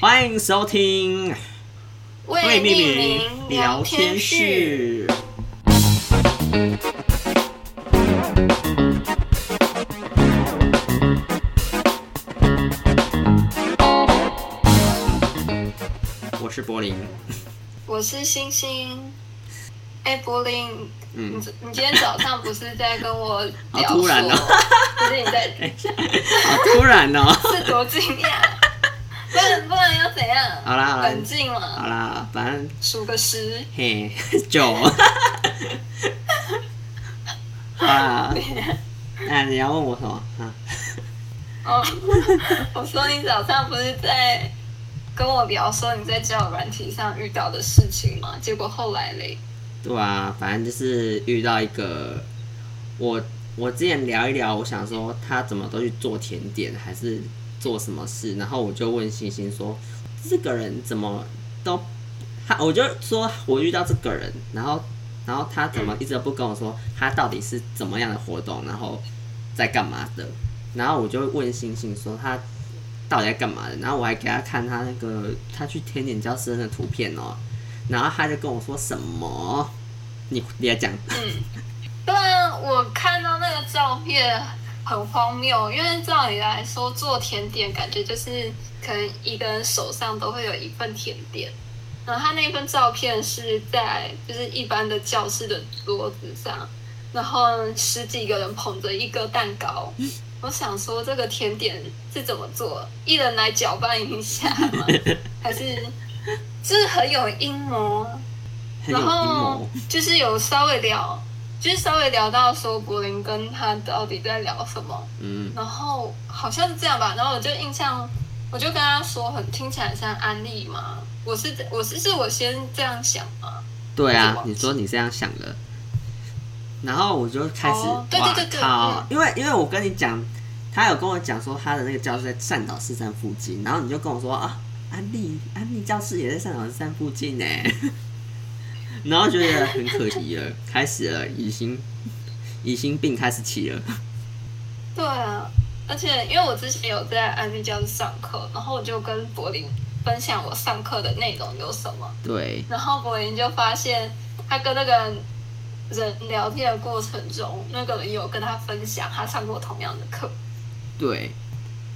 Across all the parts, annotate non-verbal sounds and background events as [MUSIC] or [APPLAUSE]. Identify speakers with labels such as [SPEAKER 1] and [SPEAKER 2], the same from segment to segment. [SPEAKER 1] 欢迎收听
[SPEAKER 2] 未
[SPEAKER 1] 命
[SPEAKER 2] 命
[SPEAKER 1] 名
[SPEAKER 2] 名
[SPEAKER 1] 聊
[SPEAKER 2] 聊
[SPEAKER 1] 天
[SPEAKER 2] 天室。
[SPEAKER 1] 室。我是柏林，
[SPEAKER 2] 我是星星。哎，柏林，你
[SPEAKER 1] 嗯，
[SPEAKER 2] 你今天早上不是在跟我
[SPEAKER 1] 好
[SPEAKER 2] 聊
[SPEAKER 1] 突然哎
[SPEAKER 2] 说
[SPEAKER 1] 哦
[SPEAKER 2] 不是你
[SPEAKER 1] [LAUGHS]
[SPEAKER 2] 在，
[SPEAKER 1] 好突然哦。
[SPEAKER 2] 是多惊讶？不然不然要怎样？
[SPEAKER 1] 好啦好啦
[SPEAKER 2] 冷静嘛，
[SPEAKER 1] 好啦，反正
[SPEAKER 2] 数个十。
[SPEAKER 1] 嘿九，好啦，那你要问我什么啊？
[SPEAKER 2] [LAUGHS] 哦，我说你早上不是在跟我聊说你在交友软体上遇到的事情吗？结果后来嘞，
[SPEAKER 1] 对啊，反正就是遇到一个，我我之前聊一聊，我想说他怎么都去做甜点，还是做什么事，然后我就问星星说，这个人怎么都，他我就说我遇到这个人，然后然后他怎么一直都不跟我说他到底是怎么样的活动，然后在干嘛的，然后我就问星星说他到底在干嘛的，然后我还给他看他那个他去甜点教室的图片哦、然后他就跟我说什么，你你来讲，
[SPEAKER 2] 嗯，对啊，我看到那个照片很荒谬，因为照理来说做甜点感觉就是可能一个人手上都会有一份甜点，然后他那份照片是在就是一般的教室的桌子上，然后十几个人捧着一个蛋糕。我想说，这个甜点是怎么做？一人来搅拌一下吗？还是就是很有阴谋啊？
[SPEAKER 1] 很有
[SPEAKER 2] 然
[SPEAKER 1] 阴
[SPEAKER 2] 后
[SPEAKER 1] 谋，
[SPEAKER 2] 就是有稍微聊，就是稍微聊到说柏林跟他到底在聊什么，
[SPEAKER 1] 嗯
[SPEAKER 2] 然后好像是这样吧。然后我就印象，我就跟他说很听起来像安利嘛，我是我是是我先这样想嘛，
[SPEAKER 1] 对啊，
[SPEAKER 2] 忘记
[SPEAKER 1] 你说你这样想的，然后我就开始，
[SPEAKER 2] 哦对
[SPEAKER 1] 哇
[SPEAKER 2] 对对对
[SPEAKER 1] 靠，因为因为我跟你讲，他有跟我讲说他的那个教室在善导市站附近，然后你就跟我说啊，安利安利教室也在善导市站附近呢， [LAUGHS] 然后觉得很可疑了，开始了疑心疑心病开始起了，
[SPEAKER 2] 对啊。而且因为我之前有在安利教室上课，然后我就跟柏林分享我上课的内容有什么，
[SPEAKER 1] 对，
[SPEAKER 2] 然后柏林就发现他跟那个人聊天的过程中，那个人有跟他分享他上过同样的课，
[SPEAKER 1] 对，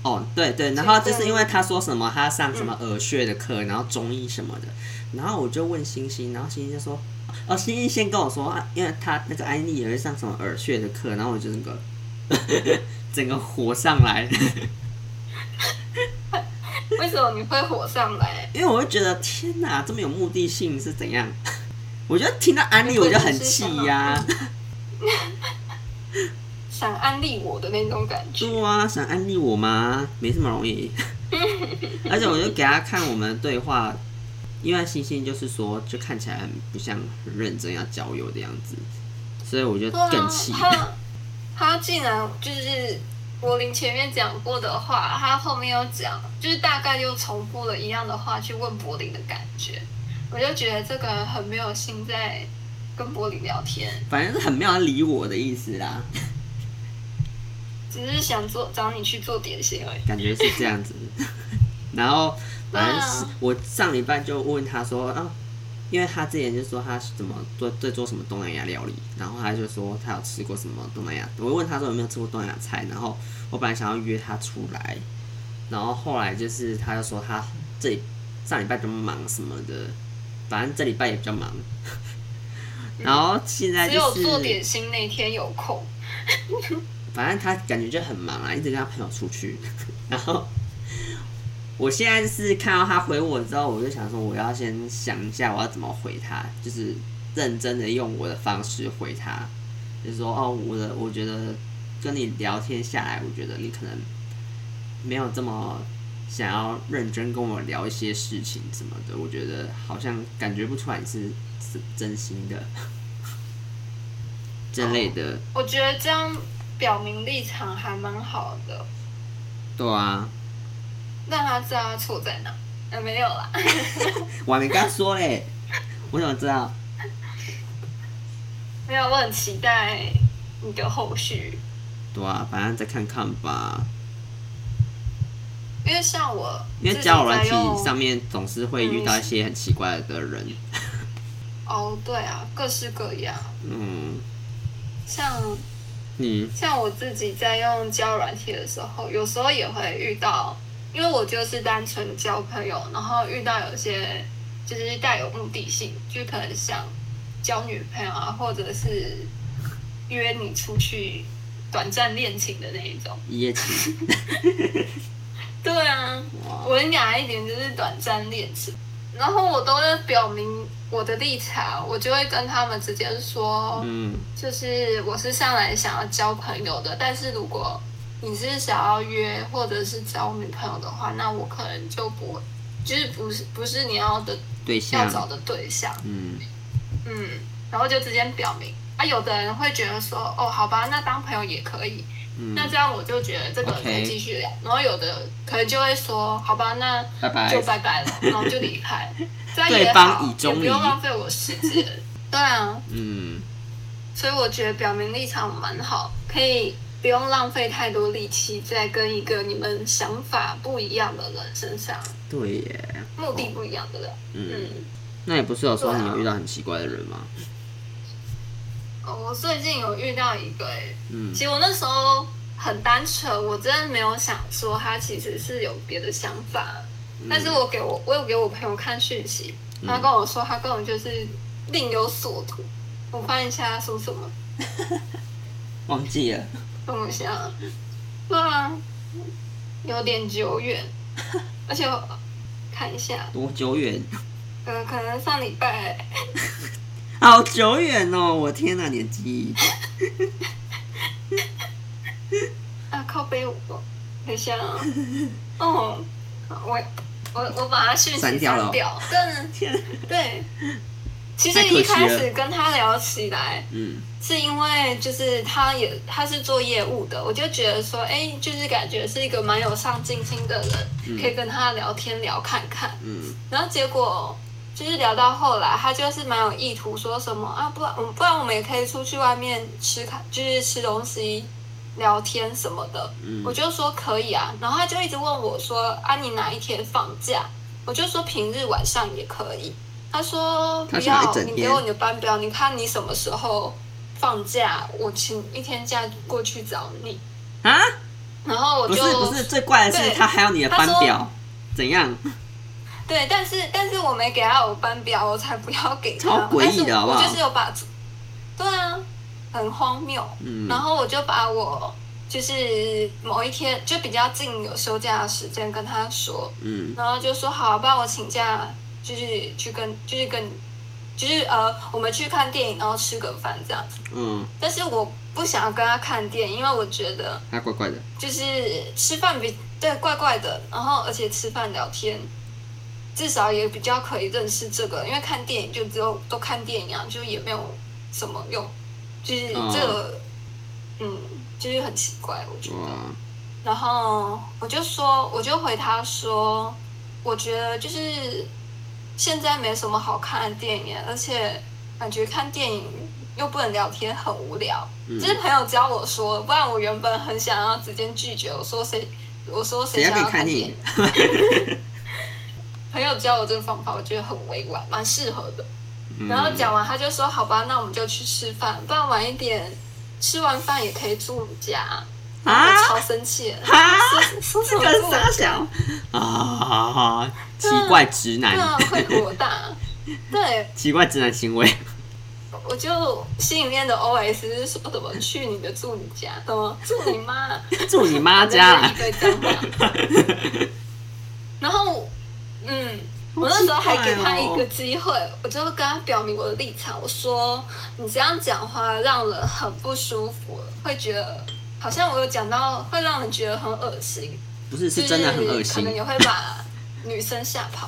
[SPEAKER 1] 哦，对对，然后就是因为他说什么，他上什么耳穴的课，然后中医什么的，然后我就问星星，然后星星就说，哦，星星先跟我说，啊、因为他那个安利也是上什么耳穴的课，然后我就整个 [LAUGHS] 整个火上来， [LAUGHS]
[SPEAKER 2] [LAUGHS] 为什么你会火上来？
[SPEAKER 1] 因为我会觉得天哪，这么有目的性是怎样？ [LAUGHS] 我就听到安利我就很气呀、
[SPEAKER 2] 想安利我的那种感觉。
[SPEAKER 1] 对啊，想安利我吗？没这么容
[SPEAKER 2] [LAUGHS]
[SPEAKER 1] 易。而且我就给他看我们的对话，因为星星就是说，就看起来很不像很认真要交友的样子，所以我就
[SPEAKER 2] 对啊
[SPEAKER 1] 更气。，
[SPEAKER 2] 他他竟然就是柏林前面讲过的话，他后面又讲，就是大概又重复了一样的话去问柏林的感觉，我就觉得这个人很没有心在跟柏林聊天，
[SPEAKER 1] 反正是很没有理我的意思啦，
[SPEAKER 2] 只是想做找你去做点心而已。
[SPEAKER 1] 感觉是这样子。 [LAUGHS] 然后反正是
[SPEAKER 2] 对啊
[SPEAKER 1] 我上礼拜就问他说，啊，因为他之前就说他是怎么做在做什么东南亚料理，然后他就说他有吃过什么东南亚，我问他说有没有吃过东南亚菜，然后我本来想要约他出来，然后后来就是他就说他这里上礼拜就忙什么的，反正这礼拜也比较忙， [LAUGHS] 然后现在
[SPEAKER 2] 只
[SPEAKER 1] 就
[SPEAKER 2] 有
[SPEAKER 1] 是
[SPEAKER 2] 做点心那天有空，
[SPEAKER 1] 反正他感觉就很忙啊，一直跟他朋友出去。 [LAUGHS] 然后我现在是看到他回我之后，我就想说，我要先想一下我要怎么回他，就是认真的用我的方式回他，就是说哦，我的我觉得跟你聊天下来，我觉得你可能没有这么想要认真跟我聊一些事情什么的，我觉得好像感觉不出来你是是真心的 [LAUGHS] 这类的。
[SPEAKER 2] 我觉得这样表明立场还蛮好的，
[SPEAKER 1] 对啊，
[SPEAKER 2] 让他知道他错在哪。呃，没有啦，
[SPEAKER 1] 我还没跟他说嘞，我怎么知道？
[SPEAKER 2] 没有，我很期待你的后续。
[SPEAKER 1] 对啊，反正再看看吧。
[SPEAKER 2] 因为像我
[SPEAKER 1] 因为
[SPEAKER 2] 自己
[SPEAKER 1] 交友软
[SPEAKER 2] 在
[SPEAKER 1] 体
[SPEAKER 2] 用
[SPEAKER 1] 上面总是会遇到一些很奇怪的人，
[SPEAKER 2] 哦，对啊，各式各样，
[SPEAKER 1] 嗯，
[SPEAKER 2] 像
[SPEAKER 1] 你
[SPEAKER 2] 像我自己在用交友软体的时候，有时候也会遇到，因为我就是单纯交朋友，然后遇到有些就是带有目的性，就可能想交女朋友啊，或者是约你出去短暂恋情的那一种。
[SPEAKER 1] 一夜情，
[SPEAKER 2] 对啊，
[SPEAKER 1] 哇，
[SPEAKER 2] 文雅一点就是短暂恋情，然后我都会表明我的立场，我就会跟他们直接说，
[SPEAKER 1] 嗯
[SPEAKER 2] 就是我是上来想要交朋友的，但是如果你是想要约或者是交女朋友的话，那我可能就不会，就是不是不是你要的
[SPEAKER 1] 对
[SPEAKER 2] 要
[SPEAKER 1] 象，
[SPEAKER 2] 找的对象，
[SPEAKER 1] 嗯，
[SPEAKER 2] 嗯，然后就直接表明。啊，有的人会觉得说，哦，好吧，那当朋友也可以，
[SPEAKER 1] 嗯
[SPEAKER 2] 那这样我就觉得这个
[SPEAKER 1] OK
[SPEAKER 2] 可以继续聊。然后有的可能就会说，好吧，那
[SPEAKER 1] 拜
[SPEAKER 2] 就
[SPEAKER 1] 拜，
[SPEAKER 2] 拜拜了，然后就
[SPEAKER 1] [LAUGHS]
[SPEAKER 2] 离开，这样
[SPEAKER 1] 对
[SPEAKER 2] 也
[SPEAKER 1] 方
[SPEAKER 2] 好
[SPEAKER 1] 以，中
[SPEAKER 2] 也不
[SPEAKER 1] 立
[SPEAKER 2] 用浪费我时
[SPEAKER 1] [LAUGHS]
[SPEAKER 2] 间。对啊，
[SPEAKER 1] 嗯，
[SPEAKER 2] 所以我觉得表明立场蛮好，可以不用浪费太多力气在跟一个你们想法不一样的人身上，
[SPEAKER 1] 对耶，
[SPEAKER 2] 目的不一样的人。
[SPEAKER 1] 嗯，
[SPEAKER 2] 嗯，
[SPEAKER 1] 那你不是有说
[SPEAKER 2] 对啊
[SPEAKER 1] 你有遇到很奇怪的人吗？
[SPEAKER 2] 哦我最近有遇到一个、欸，
[SPEAKER 1] 嗯
[SPEAKER 2] 其实我那时候很单纯，我真的没有想说他其实是有别的想法，但是我给我我有给我朋友看讯息，
[SPEAKER 1] 嗯
[SPEAKER 2] 他跟我说他根本就是另有所图。我翻一下他说什么，
[SPEAKER 1] 忘记了，
[SPEAKER 2] 等一下，对啊，有点久
[SPEAKER 1] [LAUGHS]
[SPEAKER 2] 远，而且我看一下，
[SPEAKER 1] 多久远？
[SPEAKER 2] 呃，可能上礼拜，
[SPEAKER 1] 好久远哦！我天哪，你的记忆，
[SPEAKER 2] 啊靠背我，等一下啊，哦，我我我把他讯息
[SPEAKER 1] 删
[SPEAKER 2] 删
[SPEAKER 1] 掉了
[SPEAKER 2] 掉，但
[SPEAKER 1] 天哪，
[SPEAKER 2] 对，其实
[SPEAKER 1] 太可惜
[SPEAKER 2] 一开
[SPEAKER 1] 了
[SPEAKER 2] 始跟他聊起来，
[SPEAKER 1] 嗯
[SPEAKER 2] 是因为就是他也他是做业务的，我就觉得说，哎，就是感觉是一个蛮有上进心的
[SPEAKER 1] 嗯
[SPEAKER 2] 人，可以跟他聊天聊看看。
[SPEAKER 1] 嗯
[SPEAKER 2] 然后结果就是聊到后来，他就是蛮有意图，说什么啊，不然我们不然我们也可以出去外面吃看，就是吃东西、聊天什么的。
[SPEAKER 1] 嗯
[SPEAKER 2] 我就说可以啊，然后他就一直问我说啊，你哪一天放假？我就说平日晚上也可以。他说
[SPEAKER 1] 他
[SPEAKER 2] 不
[SPEAKER 1] 想要
[SPEAKER 2] 要
[SPEAKER 1] 一，整
[SPEAKER 2] 你
[SPEAKER 1] 天
[SPEAKER 2] 给我你的班表，你看你什么时候放假，我请一天假过去找你。
[SPEAKER 1] 啊，
[SPEAKER 2] 然后我
[SPEAKER 1] 不
[SPEAKER 2] 就是
[SPEAKER 1] 不是，最怪的是
[SPEAKER 2] 对
[SPEAKER 1] 他还有你的
[SPEAKER 2] 他
[SPEAKER 1] 班
[SPEAKER 2] 说
[SPEAKER 1] 表，怎样？
[SPEAKER 2] 对，但是但是我没给他我班表，我才不要给他。
[SPEAKER 1] 超诡异的
[SPEAKER 2] 但是我
[SPEAKER 1] 好不好
[SPEAKER 2] 我就是有把，对啊，很荒谬。
[SPEAKER 1] 嗯
[SPEAKER 2] 然后我就把我就是某一天就比较近有休假的时间跟他说，
[SPEAKER 1] 嗯
[SPEAKER 2] 然后就说好，不然我请假，就是去跟就是跟就是呃，我们去看电影，然后吃个饭这样子。
[SPEAKER 1] 嗯，
[SPEAKER 2] 但是我不想要跟他看电影，因为我觉得
[SPEAKER 1] 他怪怪的，
[SPEAKER 2] 就是吃饭比对怪怪的，然后而且吃饭聊天，至少也比较可以认识这个，因为看电影就只有都看电影啊，就也没有什么用，就是
[SPEAKER 1] 哦
[SPEAKER 2] 这个，嗯，就是很奇怪，我觉得。
[SPEAKER 1] 哇，
[SPEAKER 2] 然后我就说，我就回他说，我觉得就是现在没什么好看的电影，而且感觉看电影又不能聊天，很无聊。
[SPEAKER 1] 嗯
[SPEAKER 2] 这是朋友教我说，不然我原本很想要直接拒绝，我说谁，我说
[SPEAKER 1] 谁要
[SPEAKER 2] 谁想
[SPEAKER 1] 跟你
[SPEAKER 2] 要
[SPEAKER 1] 看电
[SPEAKER 2] 看电
[SPEAKER 1] 影
[SPEAKER 2] 影？？朋友教我这个方法，我觉得很委婉，蛮适合的。
[SPEAKER 1] 嗯
[SPEAKER 2] 然后讲完，他就说：“好吧，那我们就去吃饭，不然晚一点吃完饭也可以住你家。”
[SPEAKER 1] 啊
[SPEAKER 2] 我超生
[SPEAKER 1] [LAUGHS]
[SPEAKER 2] 气的，
[SPEAKER 1] 哈，
[SPEAKER 2] 说
[SPEAKER 1] 这
[SPEAKER 2] 什么
[SPEAKER 1] 个
[SPEAKER 2] 住
[SPEAKER 1] 傻小啊，奇怪直
[SPEAKER 2] 对啊
[SPEAKER 1] [LAUGHS] 男，，
[SPEAKER 2] 会火大。对，
[SPEAKER 1] 奇怪直男行
[SPEAKER 2] [LAUGHS]
[SPEAKER 1] 为，
[SPEAKER 2] 我就心里面的 OS 是说怎么去你的住你家，怎么住你
[SPEAKER 1] [LAUGHS]
[SPEAKER 2] 妈
[SPEAKER 1] 住你妈哦家啊啦
[SPEAKER 2] 一！堆脏
[SPEAKER 1] [LAUGHS]
[SPEAKER 2] 话。然后，嗯，我那时候还给他一个机会，
[SPEAKER 1] 哦
[SPEAKER 2] 我就跟他表明我的立场，我说你这样讲话让人很不舒服，会觉得好像我有讲到会让人觉得很恶心，
[SPEAKER 1] 不是，是真的很恶
[SPEAKER 2] 就是可
[SPEAKER 1] 心
[SPEAKER 2] 能。也会把女生吓跑。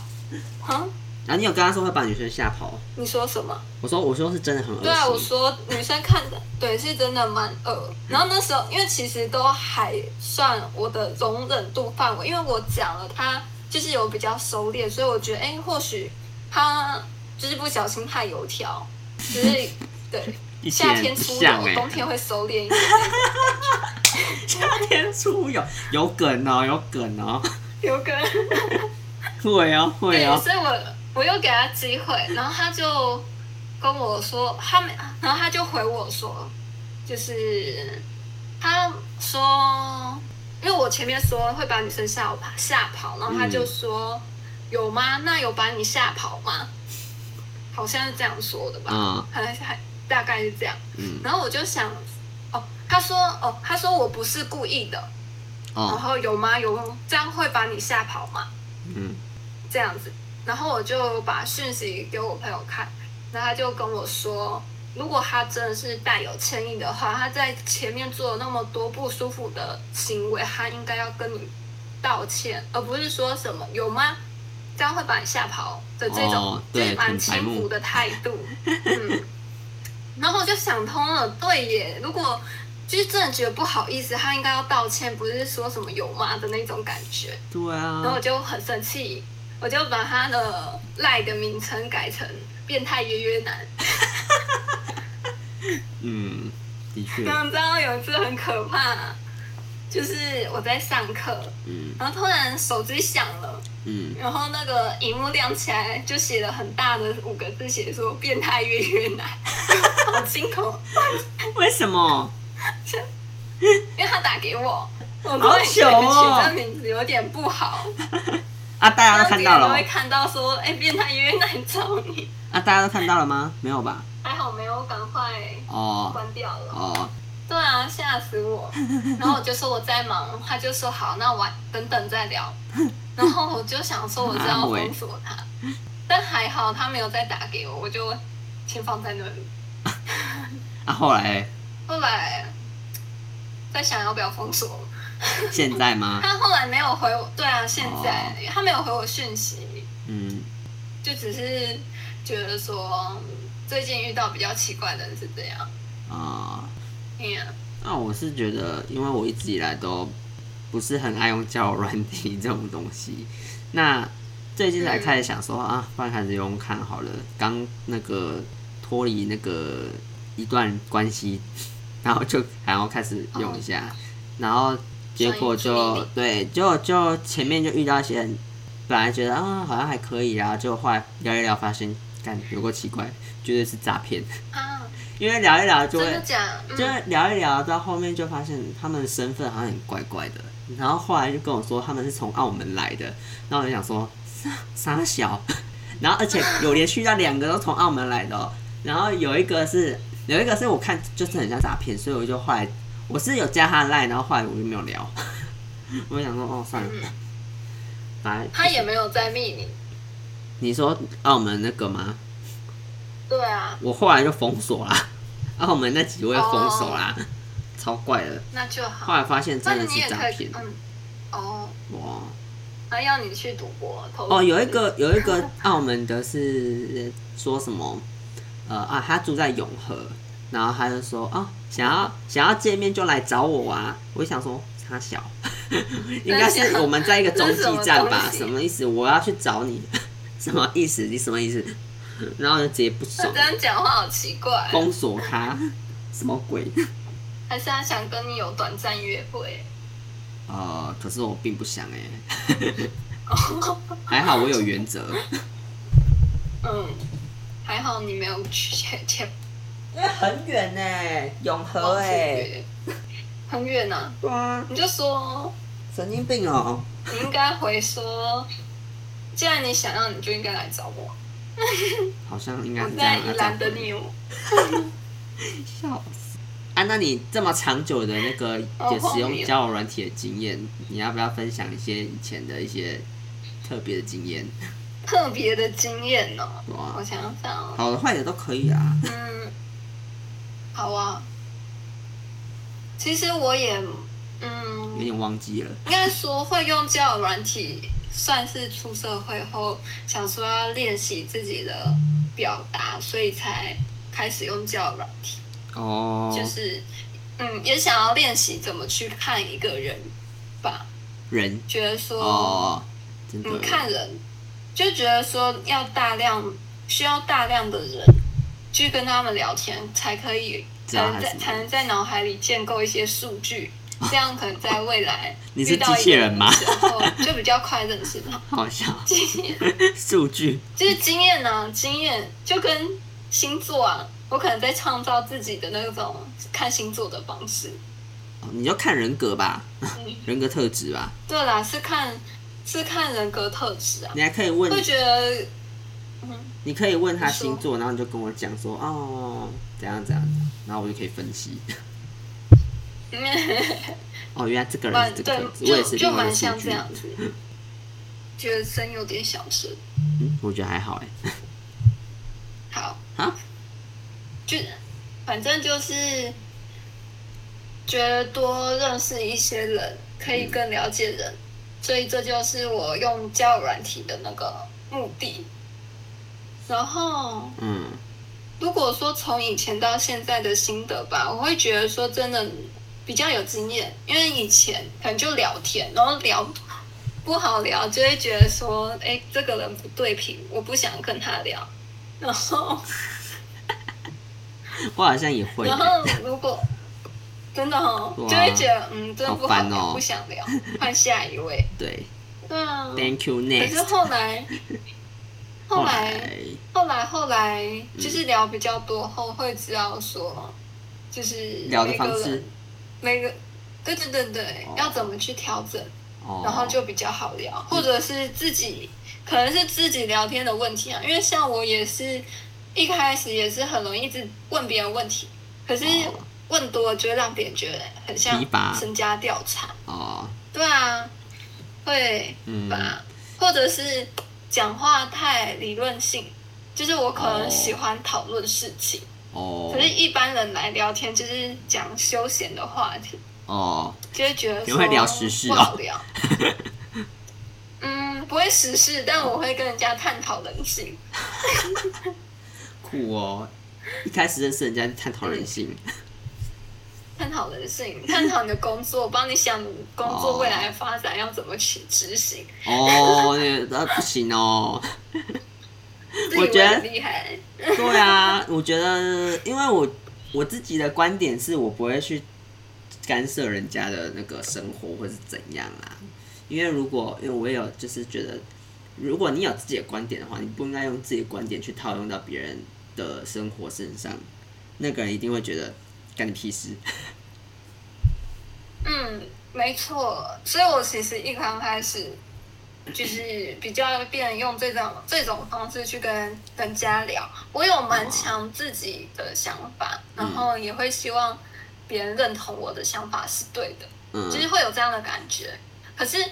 [SPEAKER 2] 啊，
[SPEAKER 1] 然后你有跟他说会把女生吓跑？
[SPEAKER 2] 你说什么？
[SPEAKER 1] 我说，我说是真的很恶心。
[SPEAKER 2] 对啊，我说女生看的，对，是真的蛮恶。然后那时候，因为其实都还算我的容忍度范围，因为我讲了，他就是有比较收敛，所以我觉得，哎、或许他就是不小心太油条，只是对
[SPEAKER 1] 一
[SPEAKER 2] 夏
[SPEAKER 1] 点
[SPEAKER 2] 天
[SPEAKER 1] 不
[SPEAKER 2] 出
[SPEAKER 1] 像
[SPEAKER 2] 油，
[SPEAKER 1] 哎，
[SPEAKER 2] 冬天会收敛
[SPEAKER 1] [LAUGHS]
[SPEAKER 2] 一点。
[SPEAKER 1] 夏天出游有梗哦，有梗哦，
[SPEAKER 2] 有可能。
[SPEAKER 1] 会哦，会
[SPEAKER 2] 对，
[SPEAKER 1] 哦，
[SPEAKER 2] 所以我我又给他机会，然后他就跟我说，他没，然后他就回我说，就是他说，因为我前面说会把女生吓跑吓跑，然后他就说、有吗？那有把你吓跑吗？好像是这样说的吧，
[SPEAKER 1] 啊，
[SPEAKER 2] 还还大概是这样。
[SPEAKER 1] 嗯，
[SPEAKER 2] 然后我就想，哦，他说，哦，他说我不是故意的，然
[SPEAKER 1] 哦，
[SPEAKER 2] 后有吗？有这样会把你吓跑吗？
[SPEAKER 1] 嗯，
[SPEAKER 2] 这样子，然后我就把讯息给我朋友看，然后他就跟我说，如果他真的是带有歉意的话，他在前面做了那么多不舒服的行为，他应该要跟你道歉，而不是说什么有吗？这样会把你吓跑的这种
[SPEAKER 1] 哦，
[SPEAKER 2] 就
[SPEAKER 1] 对
[SPEAKER 2] 是蛮
[SPEAKER 1] 很白
[SPEAKER 2] 轻
[SPEAKER 1] 目
[SPEAKER 2] 浮的态度。嗯，然后我就想通了，对耶，如果就是真的觉得不好意思，他应该要道歉，不是说什么有吗的那种感觉。
[SPEAKER 1] 对
[SPEAKER 2] 然后
[SPEAKER 1] 啊
[SPEAKER 2] 我，就很生气，我就把他的赖的名称改成“变态约约男
[SPEAKER 1] 嗯，的”。确，
[SPEAKER 2] 然后你知道有一次很可怕，就是我在上课，
[SPEAKER 1] 嗯
[SPEAKER 2] 然后突然手机响了，
[SPEAKER 1] 嗯，
[SPEAKER 2] 然后那个荧幕亮起来，就写了很大的五个字，写说“变态约约男”， [LAUGHS] 好惊恐，
[SPEAKER 1] 为什么？
[SPEAKER 2] 因为他打给我，我
[SPEAKER 1] 好
[SPEAKER 2] 突
[SPEAKER 1] 糗
[SPEAKER 2] 然
[SPEAKER 1] 哦
[SPEAKER 2] 觉得取这名字有点不好，
[SPEAKER 1] 啊， [LAUGHS] 大家都看到
[SPEAKER 2] 然后别人都
[SPEAKER 1] 了
[SPEAKER 2] 会，看到说“哎、变态约约男找你
[SPEAKER 1] 啊，大家都看到了吗？没有吧？”，
[SPEAKER 2] 还好没有，赶快
[SPEAKER 1] 哦
[SPEAKER 2] 关掉了。
[SPEAKER 1] 哦，
[SPEAKER 2] 对啊，吓
[SPEAKER 1] [LAUGHS]
[SPEAKER 2] 死我！然后我就说我在忙，他就说好，那晚等等
[SPEAKER 1] [LAUGHS]
[SPEAKER 2] 再聊。然后我就想说我知道封锁他，但还好他没有再打给我，我就先放在那里。
[SPEAKER 1] 啊，后来
[SPEAKER 2] 后来在想要不要封锁，
[SPEAKER 1] 现在吗？
[SPEAKER 2] 他后来没有回我。对啊，现在、他没有回我讯息，
[SPEAKER 1] 嗯，
[SPEAKER 2] 就只是觉得说嗯最近遇到比较奇怪的人是这样。
[SPEAKER 1] 啊、
[SPEAKER 2] 嗯、
[SPEAKER 1] 那我是觉得，因为我一直以来都不是很爱用交友软体这种东西，那最近
[SPEAKER 2] 嗯
[SPEAKER 1] 才开始想说、啊，不然开始用用看好了。刚那个脱离那个一段关系，然后就然后开始
[SPEAKER 2] 哦
[SPEAKER 1] 用一下，然后结果
[SPEAKER 2] 所以
[SPEAKER 1] 就
[SPEAKER 2] 你
[SPEAKER 1] 对，就就前面就遇到一些人，本来觉得啊好像还可以啊，就后来聊一聊发现，干有个奇怪，绝对是诈骗，
[SPEAKER 2] 啊，
[SPEAKER 1] 因为聊一聊就
[SPEAKER 2] 真
[SPEAKER 1] 会
[SPEAKER 2] 的假？嗯
[SPEAKER 1] 就是聊一聊，到后面就发现他们身份好像很怪怪的，然后后来就跟我说他们是从澳门来的，然后我就想说 [LAUGHS] 傻傻小， [LAUGHS] 然后而且有连续到两个都从澳门来的哦、然后有一个是有一个是我看就是很像诈骗，所以我就后来我是有加他的 line，然后后来我就没有聊， [LAUGHS] 我就想说哦算了，
[SPEAKER 2] 嗯
[SPEAKER 1] 反正
[SPEAKER 2] 他也没有再密你。
[SPEAKER 1] 你说澳门那个吗？
[SPEAKER 2] 对啊，
[SPEAKER 1] 我后来就封锁啦，澳门那几位封锁啦，
[SPEAKER 2] 哦
[SPEAKER 1] 超怪的，
[SPEAKER 2] 那就好
[SPEAKER 1] 后。来发现真
[SPEAKER 2] 但
[SPEAKER 1] 的
[SPEAKER 2] 是你
[SPEAKER 1] 是
[SPEAKER 2] 也
[SPEAKER 1] 诈
[SPEAKER 2] 可以
[SPEAKER 1] 骗，。
[SPEAKER 2] 嗯，哦，
[SPEAKER 1] 哇！
[SPEAKER 2] 那要你去赌博投
[SPEAKER 1] 哦，有一
[SPEAKER 2] [LAUGHS]
[SPEAKER 1] 个有一个澳门的是说什么？呃啊，他住在永和，然后他就说哦，想要想要见面就来找我啊。我就想说他小， [LAUGHS] 应该是我们在一个中继站吧？
[SPEAKER 2] 这是什么
[SPEAKER 1] 什么
[SPEAKER 2] 东西
[SPEAKER 1] 意思？我要去找你， [LAUGHS] 什么意思？你什么意思？然后就直接不
[SPEAKER 2] 他
[SPEAKER 1] 爽
[SPEAKER 2] 这，样讲话好奇怪，
[SPEAKER 1] 封锁他，什么鬼？
[SPEAKER 2] 还是他想跟你有短暂约会？
[SPEAKER 1] 呃，可是我并不想哎、 [LAUGHS] 还好我有原则。
[SPEAKER 2] 嗯，还好你没有去前前
[SPEAKER 1] 因为 [LAUGHS] 很远呢、永和
[SPEAKER 2] 往
[SPEAKER 1] 哎、
[SPEAKER 2] 去约，很远啊。
[SPEAKER 1] 对啊，
[SPEAKER 2] 你就说，
[SPEAKER 1] 神经病哦、
[SPEAKER 2] 你应该回说，既然你想要，你就应该来找我，
[SPEAKER 1] 好像应该
[SPEAKER 2] 我
[SPEAKER 1] 是这
[SPEAKER 2] 在
[SPEAKER 1] 样。
[SPEAKER 2] 宜
[SPEAKER 1] 要
[SPEAKER 2] 兰
[SPEAKER 1] 这
[SPEAKER 2] 等
[SPEAKER 1] 样
[SPEAKER 2] 你哦。
[SPEAKER 1] 笑死！啊，那你这么长久的那个
[SPEAKER 2] 哦
[SPEAKER 1] 也使用交友软体的经验，你要不要分享一些以前的一些特别的经验？
[SPEAKER 2] 特别的经验哦，
[SPEAKER 1] 哇
[SPEAKER 2] 我，想想哦，
[SPEAKER 1] 好的坏的都可以啊。
[SPEAKER 2] 嗯，好啊。其实我也，嗯
[SPEAKER 1] 有，点忘记了，
[SPEAKER 2] 应该说会用交友软体，算是出社会后想说要练习自己的表达，所以才开始用交友软体。
[SPEAKER 1] 哦，
[SPEAKER 2] 就是，嗯，也想要练习怎么去看一个人吧。
[SPEAKER 1] 人
[SPEAKER 2] 觉得说，
[SPEAKER 1] 哦，真的
[SPEAKER 2] 嗯，看人就觉得说要大量需要大量的人去跟他们聊天，才可以
[SPEAKER 1] 知
[SPEAKER 2] 才
[SPEAKER 1] 道他
[SPEAKER 2] 能在
[SPEAKER 1] 是
[SPEAKER 2] [LAUGHS] 才能在脑海里建构一些数据，这样可能在未来
[SPEAKER 1] 哦 [LAUGHS] 你是
[SPEAKER 2] 遇到
[SPEAKER 1] 机器人
[SPEAKER 2] 一个
[SPEAKER 1] 吗
[SPEAKER 2] 之后就比较快认识他。 [LAUGHS]
[SPEAKER 1] 好笑，
[SPEAKER 2] 经验
[SPEAKER 1] 数据
[SPEAKER 2] 就是啊经验呢、啊，经验就跟星座啊，我可能在创造自己的那种看星座的方式。
[SPEAKER 1] 哦你就看人格吧， [LAUGHS]
[SPEAKER 2] 嗯，
[SPEAKER 1] 人格特质吧，
[SPEAKER 2] 对啦，是看是看人格特质
[SPEAKER 1] [LAUGHS]
[SPEAKER 2] 啊，
[SPEAKER 1] 你还可以问
[SPEAKER 2] 会觉得，嗯，
[SPEAKER 1] 你可以问他
[SPEAKER 2] 你说
[SPEAKER 1] 星座，然后你就跟我讲说哦，怎样怎样，然后我就可以分析。 [LAUGHS]
[SPEAKER 2] [LAUGHS]
[SPEAKER 1] 哦，原来这个人
[SPEAKER 2] 蛮
[SPEAKER 1] 是这个特质，
[SPEAKER 2] 嗯对，
[SPEAKER 1] 我也
[SPEAKER 2] 就是就
[SPEAKER 1] 另外
[SPEAKER 2] 蛮
[SPEAKER 1] 的数
[SPEAKER 2] 像
[SPEAKER 1] 据
[SPEAKER 2] 这。样子。觉得声有点小声，
[SPEAKER 1] 嗯，我觉得还好哎。
[SPEAKER 2] 好，
[SPEAKER 1] 啊，
[SPEAKER 2] 就反正就是觉得多认识一些人，可以更了解人，所以这就是我用交友软体的那个目的。然后，
[SPEAKER 1] 嗯，
[SPEAKER 2] 如果说从以前到现在的心得吧，我会觉得说真的比较有经验，因为以前可能就聊天，然后聊不好聊，就会觉得说，哎，这个人不对频，我不想跟他聊。然后，
[SPEAKER 1] 我好像也会
[SPEAKER 2] 然
[SPEAKER 1] 欸。
[SPEAKER 2] 后如果真的哦，
[SPEAKER 1] 对啊
[SPEAKER 2] 就会觉得嗯，真的
[SPEAKER 1] 好
[SPEAKER 2] 不好
[SPEAKER 1] 烦
[SPEAKER 2] 聊，
[SPEAKER 1] 哦
[SPEAKER 2] 不想聊， [LAUGHS] 换下一位。
[SPEAKER 1] 对
[SPEAKER 2] 对啊，
[SPEAKER 1] ，Thank you
[SPEAKER 2] 可是
[SPEAKER 1] next。
[SPEAKER 2] 后
[SPEAKER 1] [LAUGHS]
[SPEAKER 2] 来，后来。后来后来
[SPEAKER 1] 嗯
[SPEAKER 2] 就是聊比较多后，会知道说，就是
[SPEAKER 1] 聊的
[SPEAKER 2] 每个
[SPEAKER 1] 方
[SPEAKER 2] 人
[SPEAKER 1] 式，
[SPEAKER 2] 每个对对对对，
[SPEAKER 1] 哦
[SPEAKER 2] 要怎么去调整，
[SPEAKER 1] 哦，
[SPEAKER 2] 然后就比较好聊，或者是自己可能是自己聊天的问题啊，因为像我也是一开始也是很容易一直问别人问题，可是
[SPEAKER 1] 哦
[SPEAKER 2] 问多了就会让别人觉得很像
[SPEAKER 1] 提拔
[SPEAKER 2] 身家调查，
[SPEAKER 1] 哦，
[SPEAKER 2] 对啊，会。
[SPEAKER 1] 嗯，
[SPEAKER 2] 吧，或者是讲话太理论性，就是我可能喜欢讨论事情，
[SPEAKER 1] 哦
[SPEAKER 2] 可是，一般人来聊天就是讲休闲的话题，
[SPEAKER 1] 哦，
[SPEAKER 2] 就会觉得
[SPEAKER 1] 你
[SPEAKER 2] 说
[SPEAKER 1] 会聊时事哦
[SPEAKER 2] 不
[SPEAKER 1] [LAUGHS]
[SPEAKER 2] 好聊。嗯，不会时事，但我会跟人家探讨人性。
[SPEAKER 1] 酷哦。一开始认识人家探讨人
[SPEAKER 2] [LAUGHS]
[SPEAKER 1] 性，
[SPEAKER 2] 探讨
[SPEAKER 1] [LAUGHS]
[SPEAKER 2] 人性，探讨你的工作，帮你想你工
[SPEAKER 1] 哦
[SPEAKER 2] 作未来的发展要怎么去执行，
[SPEAKER 1] 哦，那个呃不行哦。
[SPEAKER 2] 自
[SPEAKER 1] 我
[SPEAKER 2] 以
[SPEAKER 1] 觉
[SPEAKER 2] 为
[SPEAKER 1] 得
[SPEAKER 2] 很厉害。
[SPEAKER 1] 对啊，我觉得，因为我我自己的观点是我不会去干涉人家的那个生活或是怎样啊，因为如果因为我也有就是觉得，如果你有自己的观点的话，你不应该用自己的观点去套用到别人的生活身上，那个人一定会觉得干你屁事。
[SPEAKER 2] 嗯，没错，所以我其实一刚开始就是比较变用这种这种方式去跟人家聊，我有
[SPEAKER 1] 哦
[SPEAKER 2] 蛮强自己的想法，
[SPEAKER 1] 嗯
[SPEAKER 2] 然后也会希望别人认同我的想法是对的，
[SPEAKER 1] 嗯
[SPEAKER 2] 就是会有这样的感觉。可是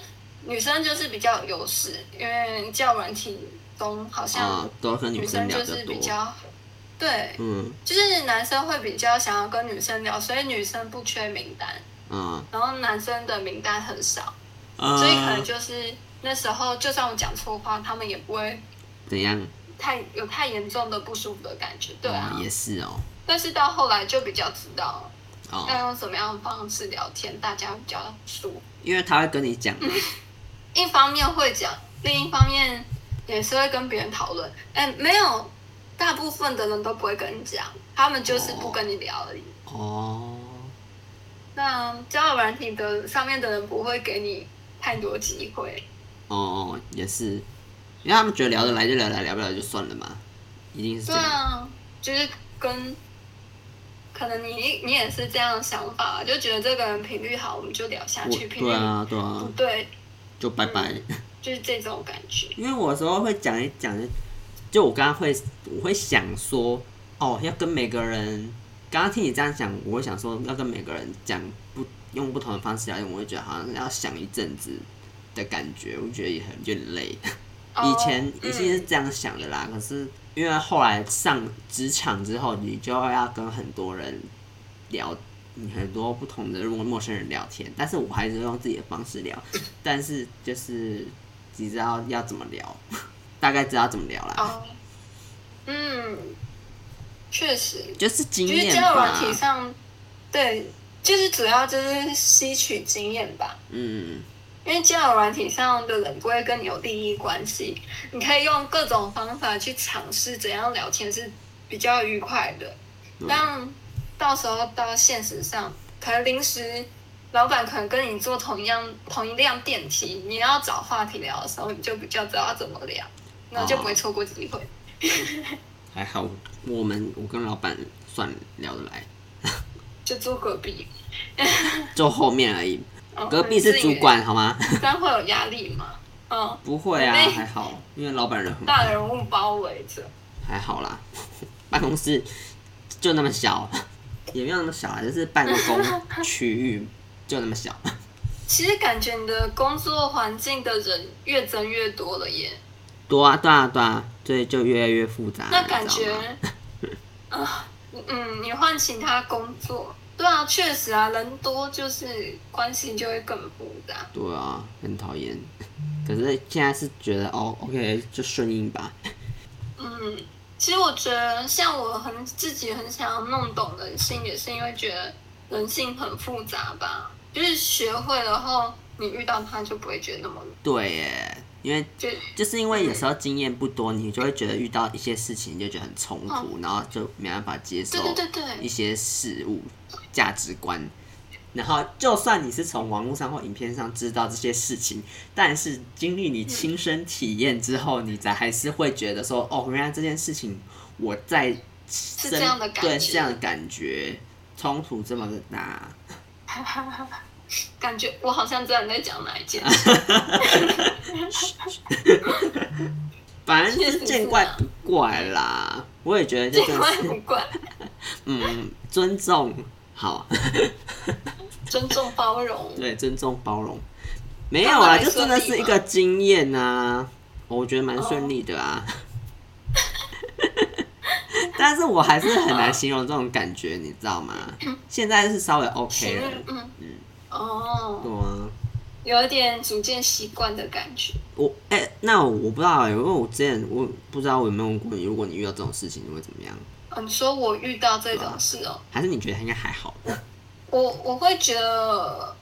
[SPEAKER 2] 女生就是比较有优势，因为教软体中好像
[SPEAKER 1] 啊，都跟女
[SPEAKER 2] 女
[SPEAKER 1] 生
[SPEAKER 2] 生
[SPEAKER 1] 聊
[SPEAKER 2] 就
[SPEAKER 1] 得
[SPEAKER 2] 是
[SPEAKER 1] 多
[SPEAKER 2] 比，较对，
[SPEAKER 1] 嗯
[SPEAKER 2] 就是男生会比较想要跟女生聊，所以女生不缺名单。
[SPEAKER 1] 嗯，
[SPEAKER 2] 然后男生的名单很少，
[SPEAKER 1] 呃
[SPEAKER 2] 所以可能就是那时候，就算我讲错话，他们也不会
[SPEAKER 1] 怎样？
[SPEAKER 2] 太有太严重的不舒服的感觉，对啊。
[SPEAKER 1] 哦也是哦，
[SPEAKER 2] 但是到后来就比较知道
[SPEAKER 1] 哦，
[SPEAKER 2] 要用什么样的方式聊天，大家比较舒服。
[SPEAKER 1] 因为他会跟你
[SPEAKER 2] [LAUGHS]
[SPEAKER 1] 讲嘛，
[SPEAKER 2] 一方面会讲，另一方面也是会跟别人讨论。哎，没有，大部分的人都不会跟你讲，他们就是不跟你聊而已。
[SPEAKER 1] 哦，
[SPEAKER 2] 那交友软体的上面的人不会给你太多机会，
[SPEAKER 1] 哦哦，也是，因为他们觉得聊得来就聊得来，聊不来就算了嘛，一定是这
[SPEAKER 2] 对
[SPEAKER 1] 样。
[SPEAKER 2] 啊，就是跟可能你你也是这样的想法，就觉得这个人频率好，我们就聊下
[SPEAKER 1] 我
[SPEAKER 2] 去；频
[SPEAKER 1] 对
[SPEAKER 2] 率
[SPEAKER 1] 啊，对
[SPEAKER 2] 不
[SPEAKER 1] 啊，
[SPEAKER 2] 对，
[SPEAKER 1] 就拜拜。
[SPEAKER 2] 就是这种感觉。
[SPEAKER 1] 因为我有时候会讲一讲，就我刚刚会我会想说，哦，要跟每个人，刚刚听你这样讲，我会想说要跟每个人讲不用不同的方式聊天，我会觉得好像要想一阵子的感觉，我觉得也很有点累。以前
[SPEAKER 2] 哦嗯
[SPEAKER 1] 以前是这样想的啦，可是因为后来上职场之后，你就要跟很多人聊，你很多不同的陌陌生人聊天，但是我还是用自己的方式
[SPEAKER 2] [LAUGHS]
[SPEAKER 1] 聊，但是就是你知道要怎么聊， [LAUGHS] 大概知道怎么聊
[SPEAKER 2] 嗯
[SPEAKER 1] 啦，
[SPEAKER 2] 哦，嗯，确实，
[SPEAKER 1] 就是经
[SPEAKER 2] 就是
[SPEAKER 1] 验
[SPEAKER 2] 交友
[SPEAKER 1] 吧
[SPEAKER 2] 软，体上，对，就是主要就是吸取经验吧。
[SPEAKER 1] 嗯，
[SPEAKER 2] 因为交友软体上的人不会跟你有利益关系，你可以用各种方法去尝试怎样聊天是比较愉快的。
[SPEAKER 1] 对
[SPEAKER 2] 但到时候到现实上，可能临时老板可能跟你坐同一样同一辆电梯，你要找话题聊的时候，你就比较知道要怎么聊，那就不
[SPEAKER 1] 哦
[SPEAKER 2] 会错过机会。
[SPEAKER 1] 还好我们我跟老板算聊得来，
[SPEAKER 2] 就住隔壁，
[SPEAKER 1] 就后面而已。
[SPEAKER 2] 嗯
[SPEAKER 1] 隔壁是主，管好吗？
[SPEAKER 2] [LAUGHS] 很自由这样会有压力吗？嗯，
[SPEAKER 1] 不会啊，
[SPEAKER 2] 那
[SPEAKER 1] 还好，因为老板人很
[SPEAKER 2] 大人物包围着，
[SPEAKER 1] 还好啦， [LAUGHS] 办公室就那么小， [LAUGHS] 也没有那么小啊，就是办公区域就那么小。 [LAUGHS]
[SPEAKER 2] 其实感觉你的工作环境的人越增越多了耶。
[SPEAKER 1] 多啊，对啊，对啊，所以就越来越复杂。
[SPEAKER 2] 那感
[SPEAKER 1] 你知
[SPEAKER 2] 觉
[SPEAKER 1] 道吗，
[SPEAKER 2] [LAUGHS] 啊，嗯，你换其他工作，对啊，确实啊，人多就是关系就会更复杂。
[SPEAKER 1] 对啊，很讨厌。 [LAUGHS] 可是现在是觉得哦，OK，就顺应吧。
[SPEAKER 2] 嗯，其实我觉得，像我很自己很想要弄懂人性，也是因为觉得人性很复杂吧。就是学会了后，你遇到他就不会觉得那么
[SPEAKER 1] 对耶，因为
[SPEAKER 2] 就
[SPEAKER 1] 就是因为有时候经验不多，你就会觉得遇到一些事情你就觉得很冲突，然后就没办法接受
[SPEAKER 2] 哦对对对
[SPEAKER 1] 一
[SPEAKER 2] 对，
[SPEAKER 1] 些事物价值观。然后，就算你是从网络上或影片上知道这些事情，但是经历你亲身体验之后，你才还是会觉得说，哦，原来这件事情我在是
[SPEAKER 2] 这样的感
[SPEAKER 1] 对，
[SPEAKER 2] 觉
[SPEAKER 1] 是这样的感觉，冲突这么的大，
[SPEAKER 2] [LAUGHS] 感觉我好像知道你在讲哪一件。
[SPEAKER 1] 反正就是
[SPEAKER 2] 确实是
[SPEAKER 1] 见怪
[SPEAKER 2] 啊
[SPEAKER 1] 不怪啦。我也觉得就
[SPEAKER 2] 见
[SPEAKER 1] 真的
[SPEAKER 2] 怪
[SPEAKER 1] 是，
[SPEAKER 2] 不怪，
[SPEAKER 1] 嗯，尊重好。
[SPEAKER 2] 尊重包容。
[SPEAKER 1] 对，尊重包容。没有啊，就真的是一个经验啊，我觉得蛮
[SPEAKER 2] 哦
[SPEAKER 1] 顺利的啊。 [LAUGHS] 但是我还是很难形容这种感觉，你知道吗？现在是稍微 OK
[SPEAKER 2] 行
[SPEAKER 1] 了，，
[SPEAKER 2] 嗯
[SPEAKER 1] 嗯
[SPEAKER 2] 嗯，哦
[SPEAKER 1] 对，啊。
[SPEAKER 2] 有一点逐渐习惯的感觉。
[SPEAKER 1] 我哎、那我不知道、欸，因为我之前我不知道我有没有问过你，如果你遇到这种事情，你会怎么样？
[SPEAKER 2] 哦，你说我遇到这种事哦，
[SPEAKER 1] 还是你觉得应该还好？
[SPEAKER 2] 我我会觉得，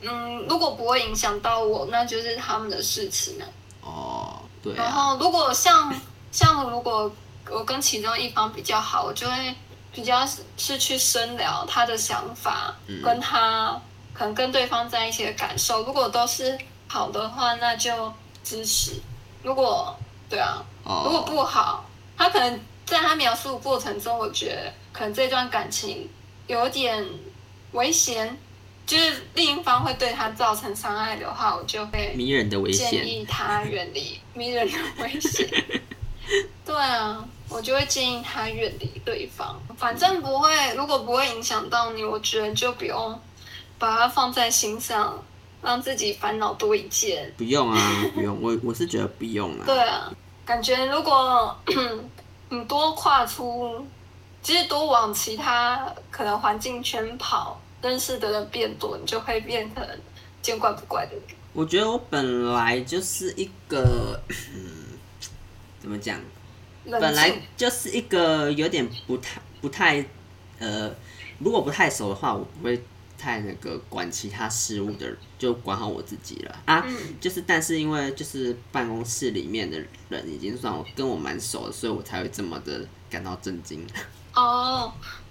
[SPEAKER 2] 嗯，如果不会影响到我，那就是他们的事情了、啊
[SPEAKER 1] 哦，对
[SPEAKER 2] 然
[SPEAKER 1] 啊，
[SPEAKER 2] 后如果像像如果我跟其中一方比较好，我就会比较是是去深聊他的想法，
[SPEAKER 1] 嗯
[SPEAKER 2] 跟他可能跟对方在一起的感受。如果都是好的话，那就支持；如果对啊，如果
[SPEAKER 1] 哦，
[SPEAKER 2] 不好，他可能在他描述的过程中，我觉得可能这段感情有点危险，就是另一方会对他造成伤害的话，我就会
[SPEAKER 1] 迷人的危
[SPEAKER 2] 建
[SPEAKER 1] 险，
[SPEAKER 2] 议他远离迷人的危险。对啊，我就会建议他远离对方。反正不会，如果不会影响到你，我觉得就不用把它放在心上，让自己烦恼多一件。
[SPEAKER 1] 不用啊，不用，我我是觉得不用啊。
[SPEAKER 2] 对啊，感觉如果 [CLEARS THROAT] 你多跨出，其实多往其他可能环境圈跑，认识的人变多，你就会变成见怪不怪的人。
[SPEAKER 1] 我觉得我本来就是一个，嗯， [COUGHS] 怎么讲？
[SPEAKER 2] 冷
[SPEAKER 1] 本来
[SPEAKER 2] 静
[SPEAKER 1] 就是一个有点不太不太，呃，如果不太熟的话，我不会太那个管其他事物的人，就管好我自己了啊。
[SPEAKER 2] 嗯
[SPEAKER 1] 就是，但是因为就是办公室里面的人已经算我跟我蛮熟的，所以我才会这么的感到震惊。 [LAUGHS]
[SPEAKER 2] 哦，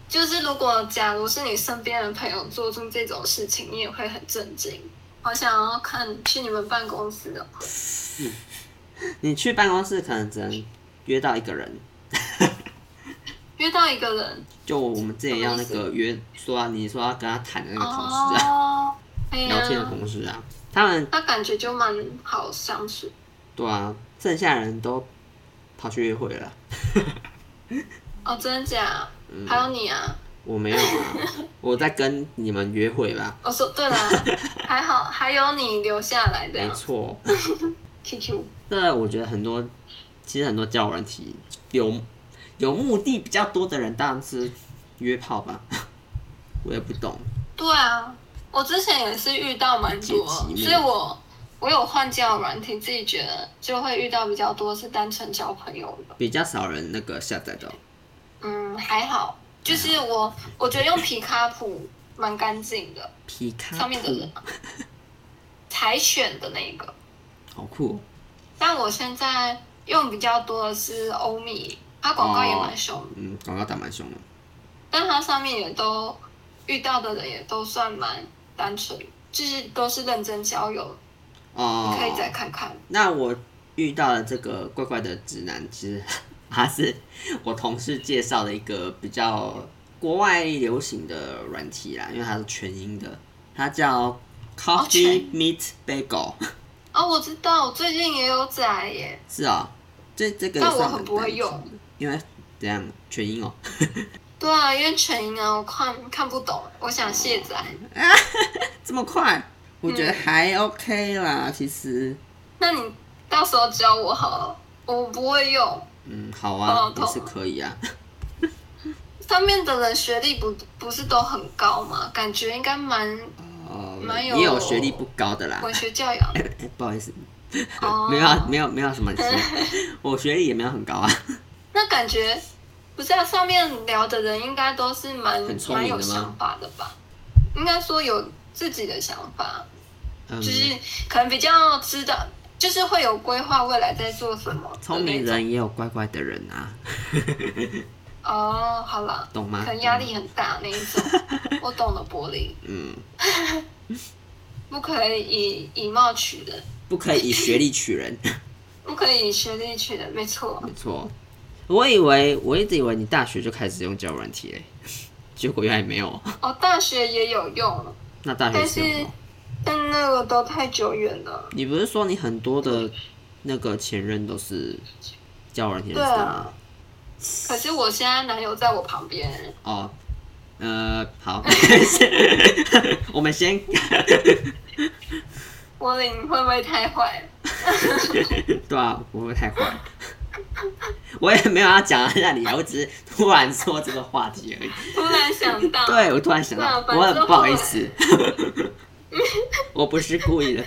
[SPEAKER 2] 就是如果假如是你身边的朋友做出这种事情，你也会很震惊。好想要看去你们办公室哦，
[SPEAKER 1] 你去办公室可能只能约到一个人，
[SPEAKER 2] 约到一个人
[SPEAKER 1] 就我们之前要那
[SPEAKER 2] 什么
[SPEAKER 1] 个约说、啊、你说要跟他谈的那个同事啊。
[SPEAKER 2] 哦，
[SPEAKER 1] [LAUGHS]
[SPEAKER 2] 哎
[SPEAKER 1] 聊天的
[SPEAKER 2] 呀，
[SPEAKER 1] 同事啊，他们
[SPEAKER 2] 那感觉就蛮好相处。
[SPEAKER 1] 对啊，剩下人都跑去约会了，
[SPEAKER 2] 哦，真的假？
[SPEAKER 1] 嗯
[SPEAKER 2] 还有你啊？
[SPEAKER 1] 我没有啊，我在跟你们约会吧，
[SPEAKER 2] 我哦说对啦，
[SPEAKER 1] [LAUGHS]
[SPEAKER 2] 还好还有你留下来的啊
[SPEAKER 1] 没错。
[SPEAKER 2] QQ，
[SPEAKER 1] 这我觉得很多，其实很多交友软体有有目的比较多的人，当然是约炮吧， [LAUGHS] 我也不懂，
[SPEAKER 2] 对啊，我之前也是遇到蛮多，
[SPEAKER 1] 解
[SPEAKER 2] 所
[SPEAKER 1] 集
[SPEAKER 2] 以我我有换交友软体，自己觉得就会遇到比较多是单纯交朋友的，
[SPEAKER 1] 比较少人那个下载到。
[SPEAKER 2] 嗯，还好，就是我我觉得用皮卡普蛮干净的，
[SPEAKER 1] 皮卡
[SPEAKER 2] 上面的
[SPEAKER 1] 兔
[SPEAKER 2] 人，啊才选的那个，
[SPEAKER 1] 好酷、哦，
[SPEAKER 2] 但我现在用比较多的是欧米，它广告也蛮凶的。
[SPEAKER 1] 嗯，广告打蛮凶的，
[SPEAKER 2] 但它上面也都遇到的人也都算蛮单纯，就是都是认真交友，
[SPEAKER 1] 哦，
[SPEAKER 2] 可以再看看。
[SPEAKER 1] 那我遇到了这个怪怪的直男，其实 [LAUGHS] 他是我同事介绍的一个比较国外流行的软体啦，因为它是全英的，它叫
[SPEAKER 2] 全
[SPEAKER 1] Coffee Meet Bagel， [LAUGHS]
[SPEAKER 2] 哦，我知道，我最近也有仔耶，
[SPEAKER 1] 是啊、这这个
[SPEAKER 2] 但
[SPEAKER 1] 也
[SPEAKER 2] 我
[SPEAKER 1] 算
[SPEAKER 2] 很不会
[SPEAKER 1] 单纯
[SPEAKER 2] 用
[SPEAKER 1] 的，因为怎样全英哦， [LAUGHS]
[SPEAKER 2] 对啊，因为全英啊，我看看不懂，我想卸载。
[SPEAKER 1] 哦这么快，我觉得
[SPEAKER 2] 嗯
[SPEAKER 1] 还 OK 啦，其实。
[SPEAKER 2] 那你到时候教我好了，我不会用。
[SPEAKER 1] 嗯，好
[SPEAKER 2] 好
[SPEAKER 1] 啊，
[SPEAKER 2] 痛
[SPEAKER 1] 也是可以啊。
[SPEAKER 2] [LAUGHS] 上面的人学历不不是都很高吗？感觉应该蛮
[SPEAKER 1] 哦，
[SPEAKER 2] 蛮有
[SPEAKER 1] 也有学历不高的啦。
[SPEAKER 2] 文学教
[SPEAKER 1] [LAUGHS]
[SPEAKER 2] 养。
[SPEAKER 1] 哎，不好意思，
[SPEAKER 2] 哦，
[SPEAKER 1] 没有啊，没有没有什么
[SPEAKER 2] [LAUGHS]
[SPEAKER 1] 学历，我学历也没有很高啊。
[SPEAKER 2] 那感觉不是啊，上面聊的人应该都是蛮
[SPEAKER 1] 很聪
[SPEAKER 2] 蛮
[SPEAKER 1] 明的吗
[SPEAKER 2] 有想法的吧？应该说有自己的想法，
[SPEAKER 1] 嗯
[SPEAKER 2] 就，是可能比较知道，就是会有规划未来在做什么的那种。
[SPEAKER 1] 聪明人也有乖乖的人啊， [LAUGHS]
[SPEAKER 2] 哦，好啦，
[SPEAKER 1] 懂吗
[SPEAKER 2] 可能压力很大那一种，我懂了，柏林
[SPEAKER 1] [LAUGHS] 嗯，
[SPEAKER 2] [LAUGHS] 不可以以以貌取人，
[SPEAKER 1] 不可以以学历取
[SPEAKER 2] [LAUGHS]
[SPEAKER 1] 人，
[SPEAKER 2] 不可以以学历取人，没错。
[SPEAKER 1] 没错。我以为我一直以为你大学就开始用交友软体嘞，欸结果原来没有。
[SPEAKER 2] 哦，大学也有用，
[SPEAKER 1] 那大学
[SPEAKER 2] 但
[SPEAKER 1] 是
[SPEAKER 2] 是
[SPEAKER 1] 用什么？
[SPEAKER 2] 但那个都太久远了。
[SPEAKER 1] 你不是说你很多的那个前任都是交友软体认
[SPEAKER 2] 对
[SPEAKER 1] 识的吗
[SPEAKER 2] 啊？，可是我现在男友在我旁边，
[SPEAKER 1] 哦，呃，好， [LAUGHS] 我们先
[SPEAKER 2] 柏林会不会太坏？
[SPEAKER 1] [LAUGHS] 对啊，不会太坏。我也没有要讲到那里啊，我只是突然说这个话题
[SPEAKER 2] [LAUGHS]
[SPEAKER 1] 而已。
[SPEAKER 2] 突然想
[SPEAKER 1] [LAUGHS]
[SPEAKER 2] 到，
[SPEAKER 1] 对，我突然想到，
[SPEAKER 2] 对
[SPEAKER 1] 我
[SPEAKER 2] 啊反正
[SPEAKER 1] 很不好意思， [LAUGHS] 我不是故意的，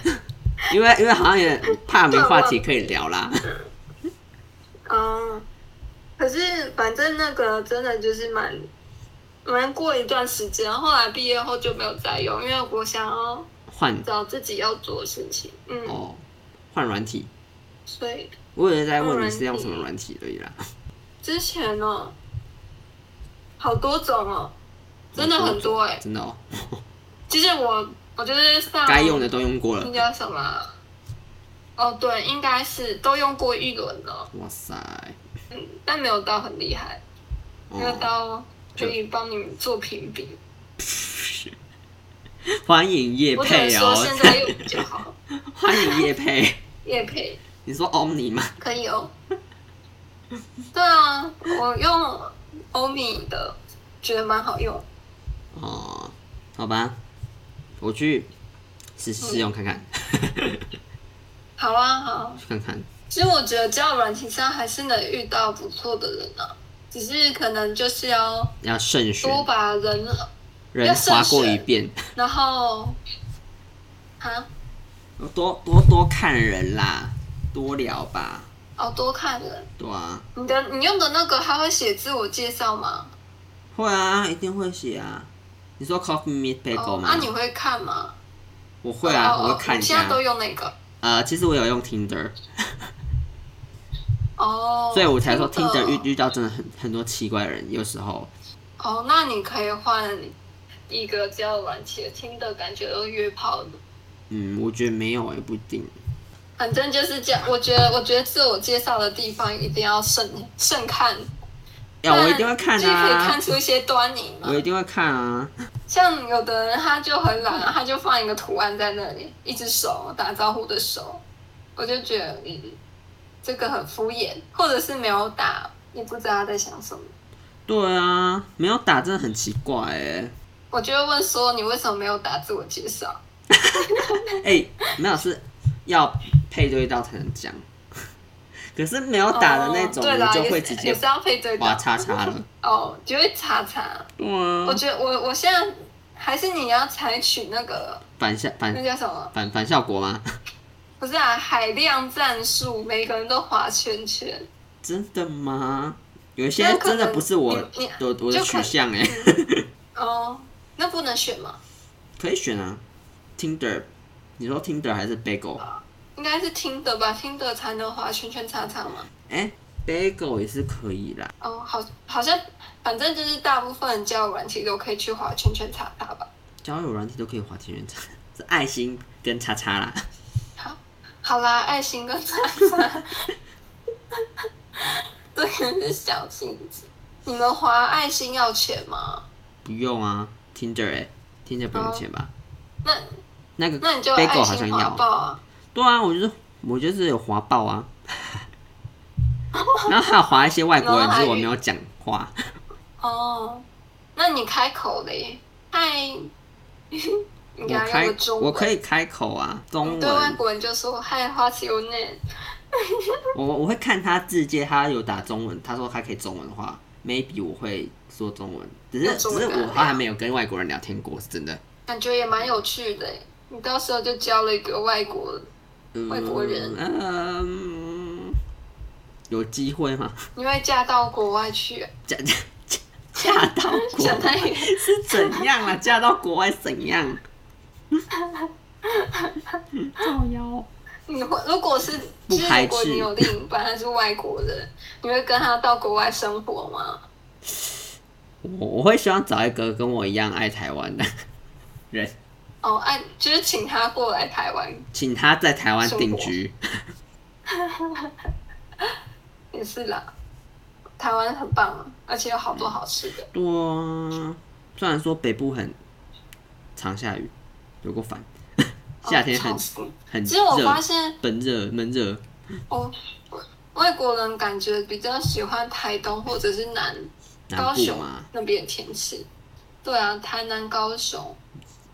[SPEAKER 1] 因为因为好像也怕没话题可以聊啦。
[SPEAKER 2] 嗯，可是反正那个真的就是蛮蛮过一段时间，后来毕业后就没有再用，因为我想要
[SPEAKER 1] 换
[SPEAKER 2] 找自己要做的事情，嗯，
[SPEAKER 1] 哦，换软体，
[SPEAKER 2] 所以
[SPEAKER 1] 我也在问你是用什么软体而已啦。
[SPEAKER 2] 之前呢、好多种哦，真的很多哎、
[SPEAKER 1] 真的哦，
[SPEAKER 2] 其实我我就是上
[SPEAKER 1] 该用的都用过了
[SPEAKER 2] 那。叫什么啊？哦，对，应该是都用过一轮了，
[SPEAKER 1] 哇塞，
[SPEAKER 2] 嗯，但没有到很厉害，没有
[SPEAKER 1] 哦，
[SPEAKER 2] 到可以帮你们做评比。
[SPEAKER 1] 欢迎叶
[SPEAKER 2] 我只能
[SPEAKER 1] 配
[SPEAKER 2] 说现在
[SPEAKER 1] 哦，
[SPEAKER 2] 用比较好，
[SPEAKER 1] [LAUGHS] 欢迎叶配。
[SPEAKER 2] 也配
[SPEAKER 1] 你说 Omni 吗？
[SPEAKER 2] 可以哦。对啊，我用欧米的，觉得蛮好用。
[SPEAKER 1] 哦，好吧，我去试试用看 [LAUGHS] 看，
[SPEAKER 2] 好啊，好啊。
[SPEAKER 1] 去看看。
[SPEAKER 2] 其实我觉得交友软体上还是能遇到不错的人啊，只是可能就是要
[SPEAKER 1] 要慎选，
[SPEAKER 2] 多把人，
[SPEAKER 1] 人
[SPEAKER 2] 要慎
[SPEAKER 1] 划过一
[SPEAKER 2] 选
[SPEAKER 1] 遍，
[SPEAKER 2] 然后啊，
[SPEAKER 1] 多多多看人啦，多聊吧，
[SPEAKER 2] 哦，多看人。
[SPEAKER 1] 对啊，
[SPEAKER 2] 你的你用的那个还会写自我介绍吗？
[SPEAKER 1] 会啊，一定会写啊。你说 Coffee Meet Bagel
[SPEAKER 2] 哦，
[SPEAKER 1] 吗？
[SPEAKER 2] 那、你会看吗？
[SPEAKER 1] 我会啊，
[SPEAKER 2] 哦、
[SPEAKER 1] 我会看一
[SPEAKER 2] 你现在
[SPEAKER 1] 下。
[SPEAKER 2] 都用那个
[SPEAKER 1] 呃，其实我有用 Tinder，
[SPEAKER 2] 哦，
[SPEAKER 1] 所以我才说 Tinder
[SPEAKER 2] 真的
[SPEAKER 1] 遇遇到真的很很多奇怪的人，有时候
[SPEAKER 2] 哦，那你可以换一个交友软件，听的感觉都约炮的。
[SPEAKER 1] 嗯，我觉得没有也不一定。
[SPEAKER 2] 反正就是这样，我觉得，我觉得自我介绍的地方一定要慎慎看，
[SPEAKER 1] 呀，我一定会看
[SPEAKER 2] 就是可以看
[SPEAKER 1] 啊，
[SPEAKER 2] 出一些端倪嘛
[SPEAKER 1] 我。一定会看啊。
[SPEAKER 2] 像有的人他就很懒，他就放一个图案在那里，一只手打招呼的手，我就觉得嗯，这个很敷衍，或者是没有打，也不知道他在想什么。
[SPEAKER 1] 对啊，没有打真的很奇怪哎、
[SPEAKER 2] 我就会问说，你为什么没有打自我介绍？
[SPEAKER 1] 哎、没有是要配对到才能讲， [LAUGHS] 可是没有打的那种，
[SPEAKER 2] [LAUGHS] 哦对啦
[SPEAKER 1] 你就会
[SPEAKER 2] 也是
[SPEAKER 1] 直接
[SPEAKER 2] 也是要配对
[SPEAKER 1] 划
[SPEAKER 2] 的
[SPEAKER 1] 叉叉了。
[SPEAKER 2] 哦，就会查查。
[SPEAKER 1] 对啊
[SPEAKER 2] 我，觉得我我现在还是你要采取那个
[SPEAKER 1] 反效
[SPEAKER 2] 那
[SPEAKER 1] 反
[SPEAKER 2] 叫什么？
[SPEAKER 1] 反反效果吗？
[SPEAKER 2] 不是啊，海量战术，每个人都划圈圈，
[SPEAKER 1] 真的吗？有一些
[SPEAKER 2] 那可
[SPEAKER 1] 真
[SPEAKER 2] 能
[SPEAKER 1] 的不是我
[SPEAKER 2] 你
[SPEAKER 1] 的
[SPEAKER 2] 你
[SPEAKER 1] 我的
[SPEAKER 2] 就
[SPEAKER 1] 取
[SPEAKER 2] 可嗯
[SPEAKER 1] 向哎、
[SPEAKER 2] 哦，那不能选吗？
[SPEAKER 1] 可以选啊，Tinder，你说 Tinder 还是 Bagel？
[SPEAKER 2] 应该是听的吧，听的才能划圈圈叉叉嘛。
[SPEAKER 1] 哎、b a g e l 也是可以啦。
[SPEAKER 2] 哦，好，好像反正就是大部分交友软体都可以去划圈圈叉叉吧。
[SPEAKER 1] 交友软体都可以划田园站， [LAUGHS] 是爱心跟叉叉啦。
[SPEAKER 2] 好，好啦，爱心跟叉叉， [LAUGHS] 这个是小镜子。你们划爱心要钱吗？
[SPEAKER 1] 不用啊，Tinder 哎、t i n d e r
[SPEAKER 2] 哦
[SPEAKER 1] 不用钱吧？
[SPEAKER 2] 那
[SPEAKER 1] 那个
[SPEAKER 2] 那你就
[SPEAKER 1] b a g
[SPEAKER 2] 爱
[SPEAKER 1] e 好像
[SPEAKER 2] 心划
[SPEAKER 1] 要。
[SPEAKER 2] 爆啊！
[SPEAKER 1] 对啊，我就是我就是有滑爆
[SPEAKER 2] [LAUGHS]
[SPEAKER 1] 啊，然后还有滑一些外国人，只是我没有讲话。
[SPEAKER 2] 哦，那你开口的耶，嗨， [LAUGHS] 应
[SPEAKER 1] 我
[SPEAKER 2] 该
[SPEAKER 1] 开
[SPEAKER 2] 用中文。
[SPEAKER 1] 我可以开口啊，中
[SPEAKER 2] 对外
[SPEAKER 1] 文。
[SPEAKER 2] 国人就说嗨，What's your name？
[SPEAKER 1] 我我会看他字界，他有打中文，他说他可以中文的话，maybe 我会说中文。只是
[SPEAKER 2] 用
[SPEAKER 1] 只
[SPEAKER 2] 中文啊
[SPEAKER 1] 是
[SPEAKER 2] 跟他
[SPEAKER 1] 我
[SPEAKER 2] 聊
[SPEAKER 1] 还没有跟外国人聊天过，是真的。
[SPEAKER 2] 感觉也蛮有趣的耶。你到时候就交了一个外国人，
[SPEAKER 1] 嗯
[SPEAKER 2] 外国人
[SPEAKER 1] 嗯，有机会吗？
[SPEAKER 2] 你会嫁到国外去，啊
[SPEAKER 1] 嫁嫁嫁到国
[SPEAKER 2] 想太
[SPEAKER 1] 外
[SPEAKER 2] 远。
[SPEAKER 1] 是怎样啊？嫁到国外怎样？
[SPEAKER 2] 嗯
[SPEAKER 1] 造谣。
[SPEAKER 2] 你会如果是，
[SPEAKER 1] 不
[SPEAKER 2] 就是
[SPEAKER 1] 排
[SPEAKER 2] 如果
[SPEAKER 1] 斥
[SPEAKER 2] 你有另一半他是外国人，你会跟他到国外生活吗？
[SPEAKER 1] 我我会希望找一个跟我一样爱台湾的人，
[SPEAKER 2] 哦，按就是请他过来台湾
[SPEAKER 1] 请他在台湾定居。
[SPEAKER 2] 也是啦，台湾很棒啊，而且有好多好吃的。
[SPEAKER 1] 对啊，虽然说北部很常下雨，有够烦，嗯夏天很、
[SPEAKER 2] 哦超死
[SPEAKER 1] 很
[SPEAKER 2] 其实我发
[SPEAKER 1] 热，
[SPEAKER 2] 现
[SPEAKER 1] 闷热闷热。
[SPEAKER 2] 哦，外国人感觉比较喜欢台东或者是南
[SPEAKER 1] 南
[SPEAKER 2] 高
[SPEAKER 1] 部
[SPEAKER 2] 雄
[SPEAKER 1] 嘛，
[SPEAKER 2] 那边的天气。对啊，台南、高雄，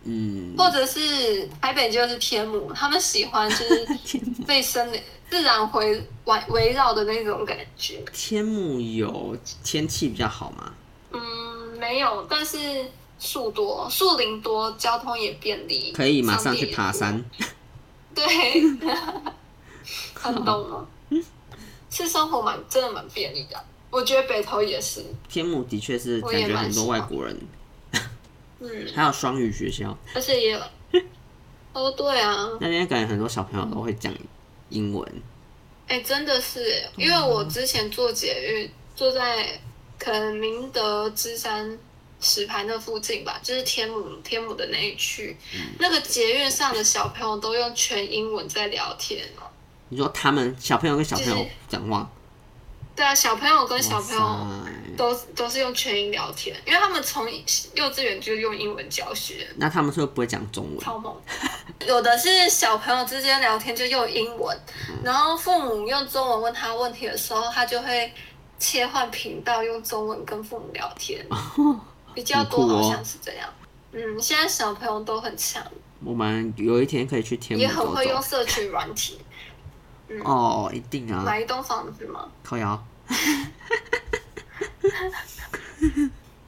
[SPEAKER 1] 嗯，
[SPEAKER 2] 或者是台北就是天母，他们喜欢就是
[SPEAKER 1] 天母
[SPEAKER 2] 被森林自然回围围绕的那种感觉。
[SPEAKER 1] 天母有天气比较好嘛，
[SPEAKER 2] 嗯，没有，但是树多，树林多，交通也便利，
[SPEAKER 1] 可以马上
[SPEAKER 2] 商店
[SPEAKER 1] 去
[SPEAKER 2] 也
[SPEAKER 1] 爬
[SPEAKER 2] 多。
[SPEAKER 1] 山。
[SPEAKER 2] 对，很
[SPEAKER 1] [LAUGHS]
[SPEAKER 2] 懂吗？是生活蛮真的蛮便利的，我觉得北投也是。
[SPEAKER 1] 天母的确是
[SPEAKER 2] 我
[SPEAKER 1] 感
[SPEAKER 2] 也
[SPEAKER 1] 觉
[SPEAKER 2] 蛮
[SPEAKER 1] 很多
[SPEAKER 2] 喜
[SPEAKER 1] 外
[SPEAKER 2] 欢
[SPEAKER 1] 国人，
[SPEAKER 2] 嗯，
[SPEAKER 1] 还有双语学校
[SPEAKER 2] 而且也有，哦，对啊，
[SPEAKER 1] 那边感觉很多小朋友都会讲英文。
[SPEAKER 2] 哎、真的是耶，因为
[SPEAKER 1] 嗯
[SPEAKER 2] 我之前坐捷运，坐在可能明德之山石牌那附近吧，就是天母天母的那一区，
[SPEAKER 1] 嗯
[SPEAKER 2] 那个捷运上的小朋友都用全英文在聊天哦。
[SPEAKER 1] 你说他们小朋友跟小朋
[SPEAKER 2] 就
[SPEAKER 1] 友
[SPEAKER 2] 是
[SPEAKER 1] 讲话，
[SPEAKER 2] 对啊，小朋友跟小朋友
[SPEAKER 1] 哇塞
[SPEAKER 2] 都都是用全英聊天，因为他们从幼稚园就用英文教学，
[SPEAKER 1] 那他们是不是不会讲中文？[LAUGHS]
[SPEAKER 2] 超猛。有的是小朋友之间聊天就用英文，
[SPEAKER 1] 嗯
[SPEAKER 2] 然后父母用中文问他问题的时候，他就会切换频道用中文跟父母聊天， [LAUGHS] 比较多
[SPEAKER 1] 很酷哦
[SPEAKER 2] 好像是这样。嗯，现在小朋友都很强，
[SPEAKER 1] 我们有一天可以去天
[SPEAKER 2] 也
[SPEAKER 1] 母
[SPEAKER 2] 很
[SPEAKER 1] 走
[SPEAKER 2] 会用
[SPEAKER 1] 走。
[SPEAKER 2] 社群软体，
[SPEAKER 1] 哦，一定 [LAUGHS] 啊，嗯
[SPEAKER 2] 买一栋房子吗？
[SPEAKER 1] 靠摇。 [LAUGHS]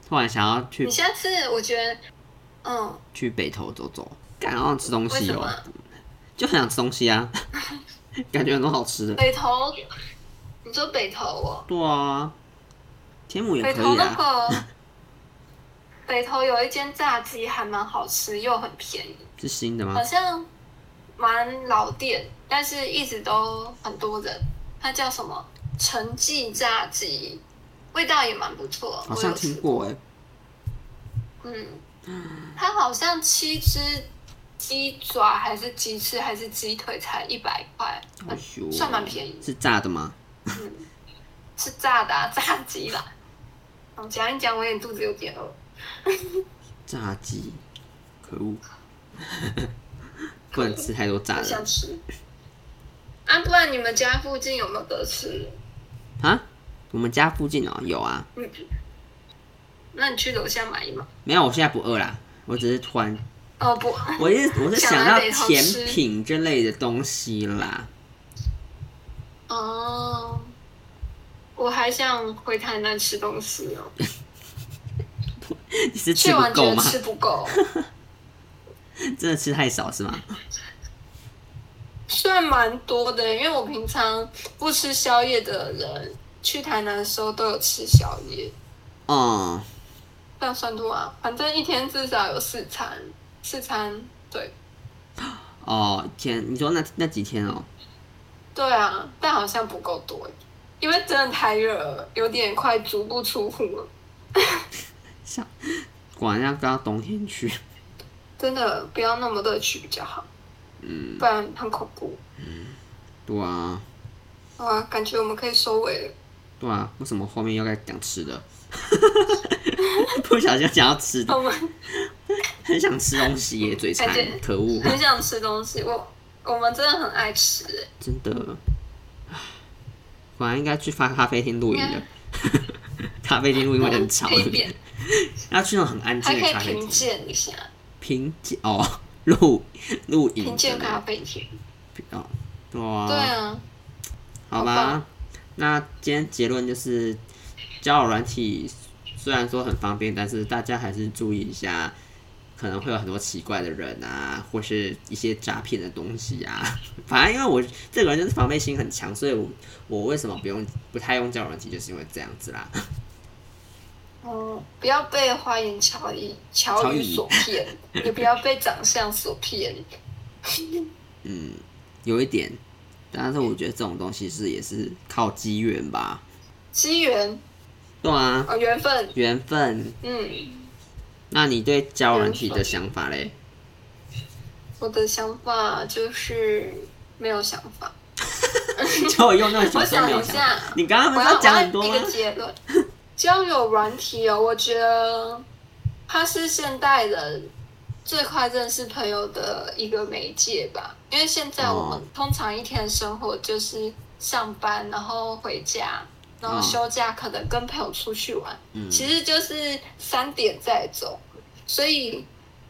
[SPEAKER 1] 突然想要去
[SPEAKER 2] 你下次我觉得，嗯，
[SPEAKER 1] 去北投走走，感觉好想吃东
[SPEAKER 2] 为
[SPEAKER 1] 西
[SPEAKER 2] 什
[SPEAKER 1] 哦、
[SPEAKER 2] 么
[SPEAKER 1] 就很想吃东西啊， [LAUGHS] 感觉很多好吃的。
[SPEAKER 2] 北投？你说北投哦，
[SPEAKER 1] 对啊，天母也
[SPEAKER 2] 北
[SPEAKER 1] 可
[SPEAKER 2] 投
[SPEAKER 1] 以
[SPEAKER 2] 那
[SPEAKER 1] 啊。 [LAUGHS]
[SPEAKER 2] 个北投有一间炸鸡还蛮好吃，又很便宜。
[SPEAKER 1] 是新的吗
[SPEAKER 2] 好？像蛮老店，但是一直都很多人。它叫什么？陈记炸鸡，味道也蛮不错。
[SPEAKER 1] 好
[SPEAKER 2] 我有
[SPEAKER 1] 像
[SPEAKER 2] 吃
[SPEAKER 1] 听。过哎、
[SPEAKER 2] 嗯，它好像七只鸡爪还是鸡翅还是鸡腿才一百块，
[SPEAKER 1] 好羞哦
[SPEAKER 2] 呃算蛮便宜
[SPEAKER 1] 是炸的吗？
[SPEAKER 2] 是炸的、啊、炸鸡啦。我讲一讲，我也肚子有点饿。
[SPEAKER 1] 炸鸡，可恶， [LAUGHS] 不能吃太多炸
[SPEAKER 2] 很
[SPEAKER 1] 的
[SPEAKER 2] 想吃。啊，不然你们家附近有没有得吃？
[SPEAKER 1] 啊。我们家附近哦、有啊，
[SPEAKER 2] 嗯，那你去楼下买一买。
[SPEAKER 1] 没有，我现在不饿啦，我只是突然，
[SPEAKER 2] 哦不，
[SPEAKER 1] 我是我是想到
[SPEAKER 2] 想来北投
[SPEAKER 1] 甜
[SPEAKER 2] 吃
[SPEAKER 1] 品之类的东西啦。
[SPEAKER 2] 哦，我还想回台南吃东西哦，
[SPEAKER 1] 你是吃
[SPEAKER 2] 去
[SPEAKER 1] 不
[SPEAKER 2] 完觉
[SPEAKER 1] 够
[SPEAKER 2] 得
[SPEAKER 1] 吗？
[SPEAKER 2] 吃不够。
[SPEAKER 1] 真的吃太少是吗？
[SPEAKER 2] 算蛮多的，因为我平常不吃宵夜的人，去台南的时候都有吃宵夜，
[SPEAKER 1] 哦、
[SPEAKER 2] 这样算多啊？反正一天至少有四餐，四餐，对，
[SPEAKER 1] 哦，天，你说那那几天哦、
[SPEAKER 2] 对啊，但好像不够多，欸因为真的太热了，有点快足不出户了。
[SPEAKER 1] 像果然要到冬天去，
[SPEAKER 2] 真的不要那么乐趣比较好，
[SPEAKER 1] 嗯，
[SPEAKER 2] 不然很恐怖。
[SPEAKER 1] 对啊，
[SPEAKER 2] 好啊，感觉我们可以收
[SPEAKER 1] [LAUGHS]
[SPEAKER 2] 尾了。
[SPEAKER 1] 对啊，为什么后面又该讲吃的？ [LAUGHS] 不小心讲到吃的，
[SPEAKER 2] 我们
[SPEAKER 1] 很想吃东西耶，嘴馋
[SPEAKER 2] 感觉，
[SPEAKER 1] 可恶，
[SPEAKER 2] 很想吃东西，我我们真的很爱吃、欸。
[SPEAKER 1] 真的，唉果然应该去发咖啡厅露营的。咖啡厅露营会很吵，
[SPEAKER 2] 可
[SPEAKER 1] 对
[SPEAKER 2] 以
[SPEAKER 1] 不对
[SPEAKER 2] 变，
[SPEAKER 1] 要去那种很安
[SPEAKER 2] 还
[SPEAKER 1] 静
[SPEAKER 2] 可
[SPEAKER 1] 的
[SPEAKER 2] 以
[SPEAKER 1] 咖啡
[SPEAKER 2] 评
[SPEAKER 1] 厅。
[SPEAKER 2] 鉴一下，
[SPEAKER 1] 平静哦，露露营
[SPEAKER 2] 评鉴
[SPEAKER 1] 真的
[SPEAKER 2] 咖啡厅。
[SPEAKER 1] 哦，对啊，
[SPEAKER 2] 对啊，
[SPEAKER 1] 好
[SPEAKER 2] 好
[SPEAKER 1] 吧
[SPEAKER 2] 吧，
[SPEAKER 1] 那今天结论就是，交友软体虽然说很方便，但是大家还是注意一下，可能会有很多奇怪的人啊，或是一些诈骗的东西啊。 [LAUGHS] 反正因为我这个人就是防备心很强，所以我我为什么不用不太用交友软体，就是因为这样子啦。
[SPEAKER 2] 嗯，不要被花言巧语
[SPEAKER 1] 巧
[SPEAKER 2] 巧语
[SPEAKER 1] 语
[SPEAKER 2] 所骗，也不要被长相所骗。
[SPEAKER 1] 嗯，有一点，但是我觉得这种东西是也是靠机缘吧。
[SPEAKER 2] 机缘
[SPEAKER 1] 对啊，
[SPEAKER 2] 哦，缘分，
[SPEAKER 1] 缘分。
[SPEAKER 2] 嗯，
[SPEAKER 1] 那你对交友软体的想法嘞？ [LAUGHS]
[SPEAKER 2] 我的想法就是没有想法。
[SPEAKER 1] 就用那个小说没有
[SPEAKER 2] 我想一下
[SPEAKER 1] 你刚刚不
[SPEAKER 2] 我
[SPEAKER 1] 是要
[SPEAKER 2] 要我要
[SPEAKER 1] 讲很多
[SPEAKER 2] 一
[SPEAKER 1] 吗
[SPEAKER 2] 个？结论，交友软体哦，我觉得它是现代人最快认识朋友的一个媒介吧。因为现在我们
[SPEAKER 1] 哦
[SPEAKER 2] 通常一天的生活就是上班，然后回家，然后
[SPEAKER 1] 嗯
[SPEAKER 2] 休假，可能跟朋友出去玩，
[SPEAKER 1] 嗯
[SPEAKER 2] 其实就是三点再走。所以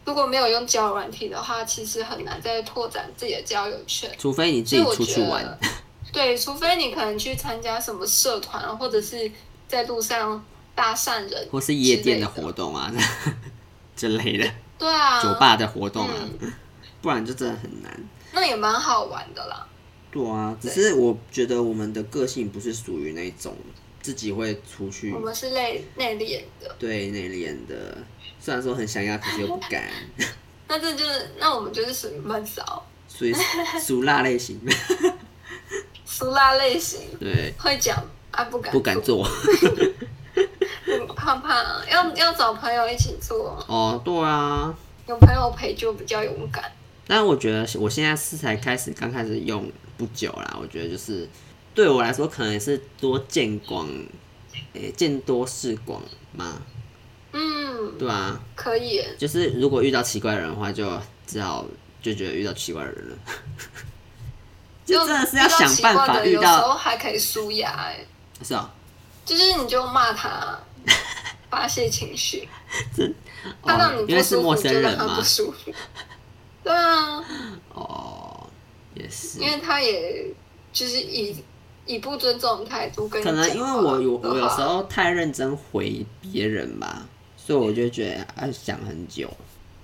[SPEAKER 2] 如果没有用交友软体的话，其实很难再拓展自己的交友圈。
[SPEAKER 1] 除非你自
[SPEAKER 2] 所以
[SPEAKER 1] 己
[SPEAKER 2] 我
[SPEAKER 1] 出
[SPEAKER 2] 觉
[SPEAKER 1] 去
[SPEAKER 2] 得，
[SPEAKER 1] 玩，
[SPEAKER 2] [LAUGHS] 对，除非你可能去参加什么社团，啊或者是在路上搭讪人，
[SPEAKER 1] 或是夜店的活动啊 [LAUGHS] 之类的，
[SPEAKER 2] 对啊，
[SPEAKER 1] 酒吧的活动啊，
[SPEAKER 2] 嗯
[SPEAKER 1] 不然就真的很难。
[SPEAKER 2] 那也蛮好玩的啦。
[SPEAKER 1] 对啊，只是我觉得我们的个性不是属于那种自己会出去
[SPEAKER 2] 我们是内内敛的，
[SPEAKER 1] 对内敛的，虽然说很想要，可是又不敢，
[SPEAKER 2] 那这就是那我们就是属于闷骚
[SPEAKER 1] 属
[SPEAKER 2] [LAUGHS]
[SPEAKER 1] 于属辣类型。
[SPEAKER 2] 苏拉类型，
[SPEAKER 1] 对，
[SPEAKER 2] 会讲啊不敢
[SPEAKER 1] 不敢做。
[SPEAKER 2] 做，胖胖要要找朋友一起做，
[SPEAKER 1] 哦，对啊，
[SPEAKER 2] 有朋友陪就比较勇敢。
[SPEAKER 1] 但我觉得我现在是才开始，刚开始用不久啦。我觉得就是对我来说，可能也是多见广，诶、见多识广嘛，
[SPEAKER 2] 嗯，
[SPEAKER 1] 对啊，
[SPEAKER 2] 可以耶，
[SPEAKER 1] 就是如果遇到奇怪的人的话，就只好就觉得遇到奇怪的人了。就真的是要想办法
[SPEAKER 2] 遇
[SPEAKER 1] 遇
[SPEAKER 2] 到奇怪的有时
[SPEAKER 1] 到，
[SPEAKER 2] 候还可以舒压哎，
[SPEAKER 1] 是啊、
[SPEAKER 2] 就是你就骂
[SPEAKER 1] [LAUGHS]
[SPEAKER 2] 他，发泄情绪。他让
[SPEAKER 1] 哦
[SPEAKER 2] 你，
[SPEAKER 1] 因
[SPEAKER 2] 不
[SPEAKER 1] 为是
[SPEAKER 2] 舒服，
[SPEAKER 1] 陌
[SPEAKER 2] 你
[SPEAKER 1] 生
[SPEAKER 2] 觉得
[SPEAKER 1] 人
[SPEAKER 2] 很
[SPEAKER 1] 嘛
[SPEAKER 2] 不，舒服。对啊，
[SPEAKER 1] 哦，也是，哦
[SPEAKER 2] 因为他也就是以以不尊重的态度跟你
[SPEAKER 1] 可能
[SPEAKER 2] 讲
[SPEAKER 1] 因为
[SPEAKER 2] 话
[SPEAKER 1] 我有
[SPEAKER 2] 的
[SPEAKER 1] 我有
[SPEAKER 2] 话
[SPEAKER 1] 时候太认真回别人吧，所以我就觉得要想很久，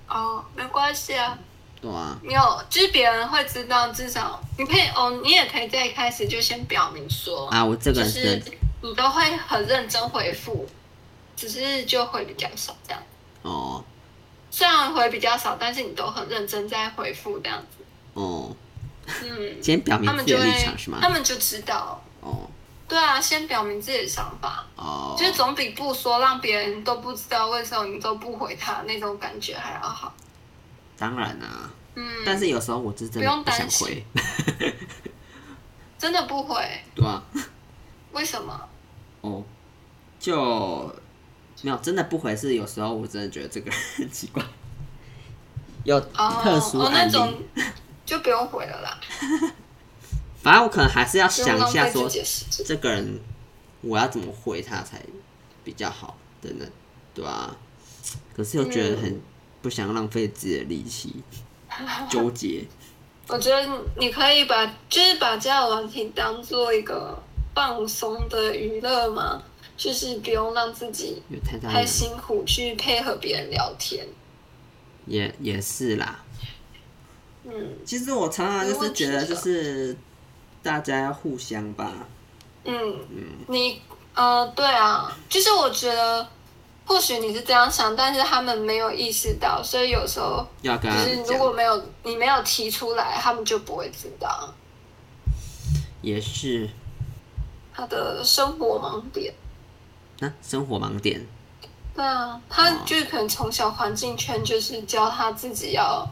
[SPEAKER 2] 哦，没关系啊，
[SPEAKER 1] 对啊，
[SPEAKER 2] 没有，就是别人会知道，至少你可以哦，你也可以在一开始就先表明说，
[SPEAKER 1] 啊，我这个
[SPEAKER 2] 就
[SPEAKER 1] 人
[SPEAKER 2] 是
[SPEAKER 1] 真的
[SPEAKER 2] 你都会很认真回复，只是就回比较少这样。
[SPEAKER 1] 哦
[SPEAKER 2] 虽然回比较少，但是你都很认真在回复这样子。
[SPEAKER 1] 哦，
[SPEAKER 2] 嗯，
[SPEAKER 1] 先表明
[SPEAKER 2] 他
[SPEAKER 1] 自
[SPEAKER 2] 们
[SPEAKER 1] 己
[SPEAKER 2] 就
[SPEAKER 1] 的立
[SPEAKER 2] 会
[SPEAKER 1] 场是吗
[SPEAKER 2] 他？们就知道。
[SPEAKER 1] 哦
[SPEAKER 2] 对啊，先表明自己的想法，
[SPEAKER 1] 哦，
[SPEAKER 2] 就是总比不说让别人都不知道为什么你都不回他那种感觉还要好。
[SPEAKER 1] 当然啊，
[SPEAKER 2] 嗯，
[SPEAKER 1] 但是有时候我是真
[SPEAKER 2] 不
[SPEAKER 1] 的
[SPEAKER 2] 用
[SPEAKER 1] 不想
[SPEAKER 2] 担心
[SPEAKER 1] 回， [LAUGHS]
[SPEAKER 2] 真的不回，
[SPEAKER 1] 对啊，
[SPEAKER 2] 为什么？
[SPEAKER 1] 哦，就没有真的不回是有时候我真的觉得这个人很奇怪，有
[SPEAKER 2] 哦
[SPEAKER 1] 特殊
[SPEAKER 2] 哦，那
[SPEAKER 1] 案例， [LAUGHS]
[SPEAKER 2] 种就不用回了啦，
[SPEAKER 1] 反正我可能还是要
[SPEAKER 2] 不
[SPEAKER 1] 想
[SPEAKER 2] 用
[SPEAKER 1] 一
[SPEAKER 2] 浪
[SPEAKER 1] 下
[SPEAKER 2] 费
[SPEAKER 1] 说
[SPEAKER 2] 自己的时间。
[SPEAKER 1] 这个人我要怎么回他才比较好，等等，对吧、可是又觉得很不想浪费自己的力
[SPEAKER 2] [LAUGHS]
[SPEAKER 1] 气，纠结。
[SPEAKER 2] 我觉得你可以把就是把交友软体当做一个放松的娱乐嘛，就是不用让自己
[SPEAKER 1] 有太大
[SPEAKER 2] 太
[SPEAKER 1] 压力
[SPEAKER 2] 辛苦去配合别人聊天。
[SPEAKER 1] 也也是啦。
[SPEAKER 2] 嗯
[SPEAKER 1] 其实我常常就是觉得，就是大家要互相吧。
[SPEAKER 2] 嗯，你呃，对啊，就是我觉得，或许你是这样想，但是他们没有意识到，所以有时候
[SPEAKER 1] 要跟
[SPEAKER 2] 就
[SPEAKER 1] 他
[SPEAKER 2] 是
[SPEAKER 1] 们
[SPEAKER 2] 如果
[SPEAKER 1] 讲，
[SPEAKER 2] 没有你没有提出来，他们就不会知道
[SPEAKER 1] 也是
[SPEAKER 2] 他的生活盲点。
[SPEAKER 1] 啊，生活盲点
[SPEAKER 2] 对啊，他就是可能从小环境圈就是教他自己要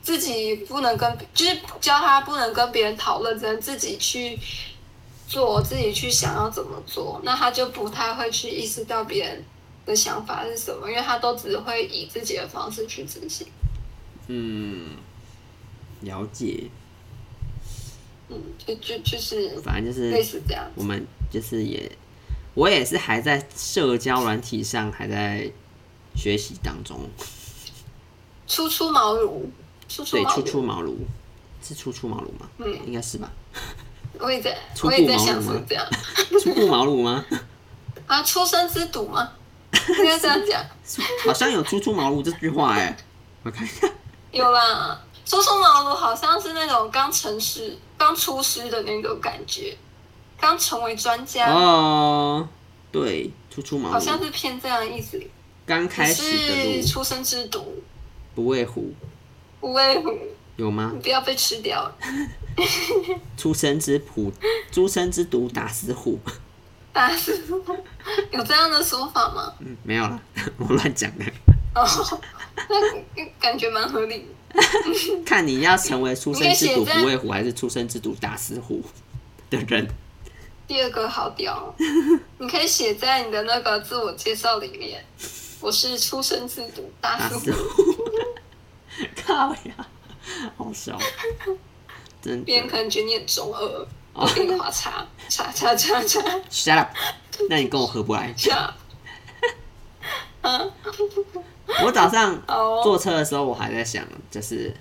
[SPEAKER 2] 自己不能跟，就是教他不能跟别人讨论，只能自己去做，自己去想要怎么做。那他就不太会去意识到别人的想法是什么，因为他都只会以自己的方式去执行。
[SPEAKER 1] 嗯，了解，
[SPEAKER 2] 嗯，就就就是
[SPEAKER 1] 反正就是
[SPEAKER 2] 类似这样。
[SPEAKER 1] 我们就是也，我也是还在社交软体上还在学习当中，
[SPEAKER 2] 初出茅庐，初出
[SPEAKER 1] 对，
[SPEAKER 2] 茅
[SPEAKER 1] 初
[SPEAKER 2] 庐，
[SPEAKER 1] 出茅庐，是初出茅庐吗？
[SPEAKER 2] 嗯，
[SPEAKER 1] 应该是吧？
[SPEAKER 2] 我也在，
[SPEAKER 1] 初
[SPEAKER 2] 我也
[SPEAKER 1] 步
[SPEAKER 2] 在
[SPEAKER 1] 茅
[SPEAKER 2] 想
[SPEAKER 1] 庐
[SPEAKER 2] 是
[SPEAKER 1] 吗
[SPEAKER 2] 这样
[SPEAKER 1] 初步茅庐吗？
[SPEAKER 2] 啊，初生之犊吗？ [LAUGHS] 应该这样讲。
[SPEAKER 1] 好像有“初出茅庐”这句话哎、我看一下，
[SPEAKER 2] 有啦，初出茅庐好像是那种刚成师、刚出师的那种感觉，刚成为专家，
[SPEAKER 1] 哦，对，初出茅
[SPEAKER 2] 啊好像
[SPEAKER 1] 庐，
[SPEAKER 2] 是偏这样的意思。
[SPEAKER 1] 刚开
[SPEAKER 2] 你
[SPEAKER 1] 始的
[SPEAKER 2] 是
[SPEAKER 1] 路
[SPEAKER 2] 出生之犊，
[SPEAKER 1] 不畏虎，
[SPEAKER 2] 无畏虎，
[SPEAKER 1] 有吗
[SPEAKER 2] 你？不要被吃掉。
[SPEAKER 1] 出生之虎，出生之毒打死虎，
[SPEAKER 2] 但是 [LAUGHS] 有这样的说法吗？
[SPEAKER 1] 嗯，没有啦， [LAUGHS] 我乱讲的。
[SPEAKER 2] 哦，那感觉蛮合理的。
[SPEAKER 1] 看你要成为出生之
[SPEAKER 2] 你可以
[SPEAKER 1] 犊
[SPEAKER 2] 写在
[SPEAKER 1] 不畏虎，还是出生之犊打死虎的人。
[SPEAKER 2] 第二个好屌哦，你可以写在你的那个自我介绍里面。我是出生之犊，大
[SPEAKER 1] 打
[SPEAKER 2] 叔
[SPEAKER 1] 死虎，靠呀，好笑，真
[SPEAKER 2] 别人可
[SPEAKER 1] 的。
[SPEAKER 2] 能觉得你很中二，
[SPEAKER 1] 哦
[SPEAKER 2] 我给你划叉叉叉叉叉
[SPEAKER 1] Shut up！那你跟我合不来。
[SPEAKER 2] 叉。嗯，
[SPEAKER 1] 我早上
[SPEAKER 2] 哦，
[SPEAKER 1] 坐车的时候，我还在想，就是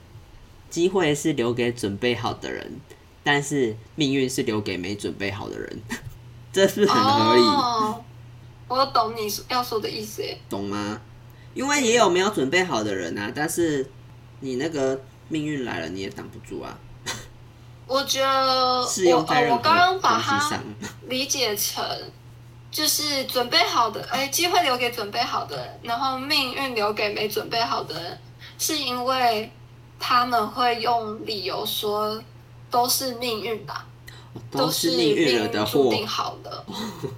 [SPEAKER 1] 机会是留给准备好的人，但是命运是留给没准备好的人， [LAUGHS] 这是很合理，
[SPEAKER 2] 哦、我懂你要说的意思耶。
[SPEAKER 1] 懂吗？因为也有没有准备好的人啊，但是你那个命运来了，你也挡不住啊。
[SPEAKER 2] 我觉得
[SPEAKER 1] 适
[SPEAKER 2] 我
[SPEAKER 1] 用在
[SPEAKER 2] 呃，
[SPEAKER 1] 任
[SPEAKER 2] 我
[SPEAKER 1] 何
[SPEAKER 2] 刚刚把
[SPEAKER 1] 东西
[SPEAKER 2] 它
[SPEAKER 1] 上。
[SPEAKER 2] 理解成就是准备好的，哎，机会留给准备好的人，然后命运留给没准备好的人，是因为他们会用理由说都是命运吧，
[SPEAKER 1] 都
[SPEAKER 2] 是
[SPEAKER 1] 是命运惹
[SPEAKER 2] 运
[SPEAKER 1] 的祸
[SPEAKER 2] 注，定好的。对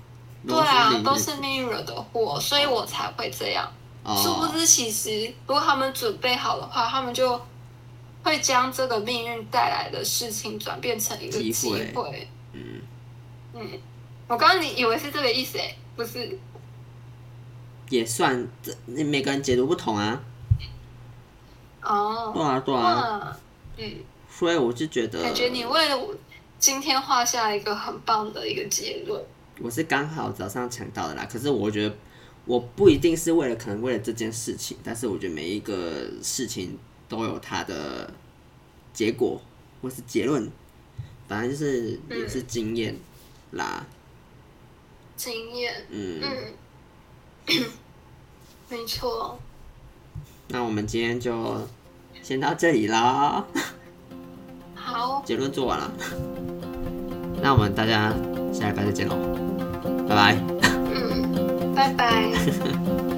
[SPEAKER 1] 都
[SPEAKER 2] 啊
[SPEAKER 1] 命，运
[SPEAKER 2] 都是命运惹的祸，所以我才会这样。殊不
[SPEAKER 1] 哦，
[SPEAKER 2] 知，其实如果他们准备好的话，他们就会将这个命运带来的事情转变成一个
[SPEAKER 1] 机
[SPEAKER 2] 机
[SPEAKER 1] 会
[SPEAKER 2] 会。
[SPEAKER 1] 嗯，
[SPEAKER 2] 嗯，我刚刚你以为是这个意思诶、不是？
[SPEAKER 1] 也算这你每个人解读不同啊，对
[SPEAKER 2] 哦，
[SPEAKER 1] 啊对啊，
[SPEAKER 2] 哇，嗯，
[SPEAKER 1] 所以我就觉得，
[SPEAKER 2] 感觉你为了我今天画下一个很棒的一个结论。
[SPEAKER 1] 我是刚好早上抢到的啦，可是我觉得我不一定是为了，可能为了这件事情，但是我觉得每一个事情都有它的结果或是结论，反正就是
[SPEAKER 2] 嗯
[SPEAKER 1] 也是经验啦，
[SPEAKER 2] 经验，
[SPEAKER 1] 嗯，
[SPEAKER 2] 嗯， [CLEARS THROAT] 没错。
[SPEAKER 1] 那我们今天就先到这里啦。
[SPEAKER 2] 好，
[SPEAKER 1] 结论做完了，那我们大家下礼拜再见喽，拜拜。
[SPEAKER 2] 嗯，拜拜。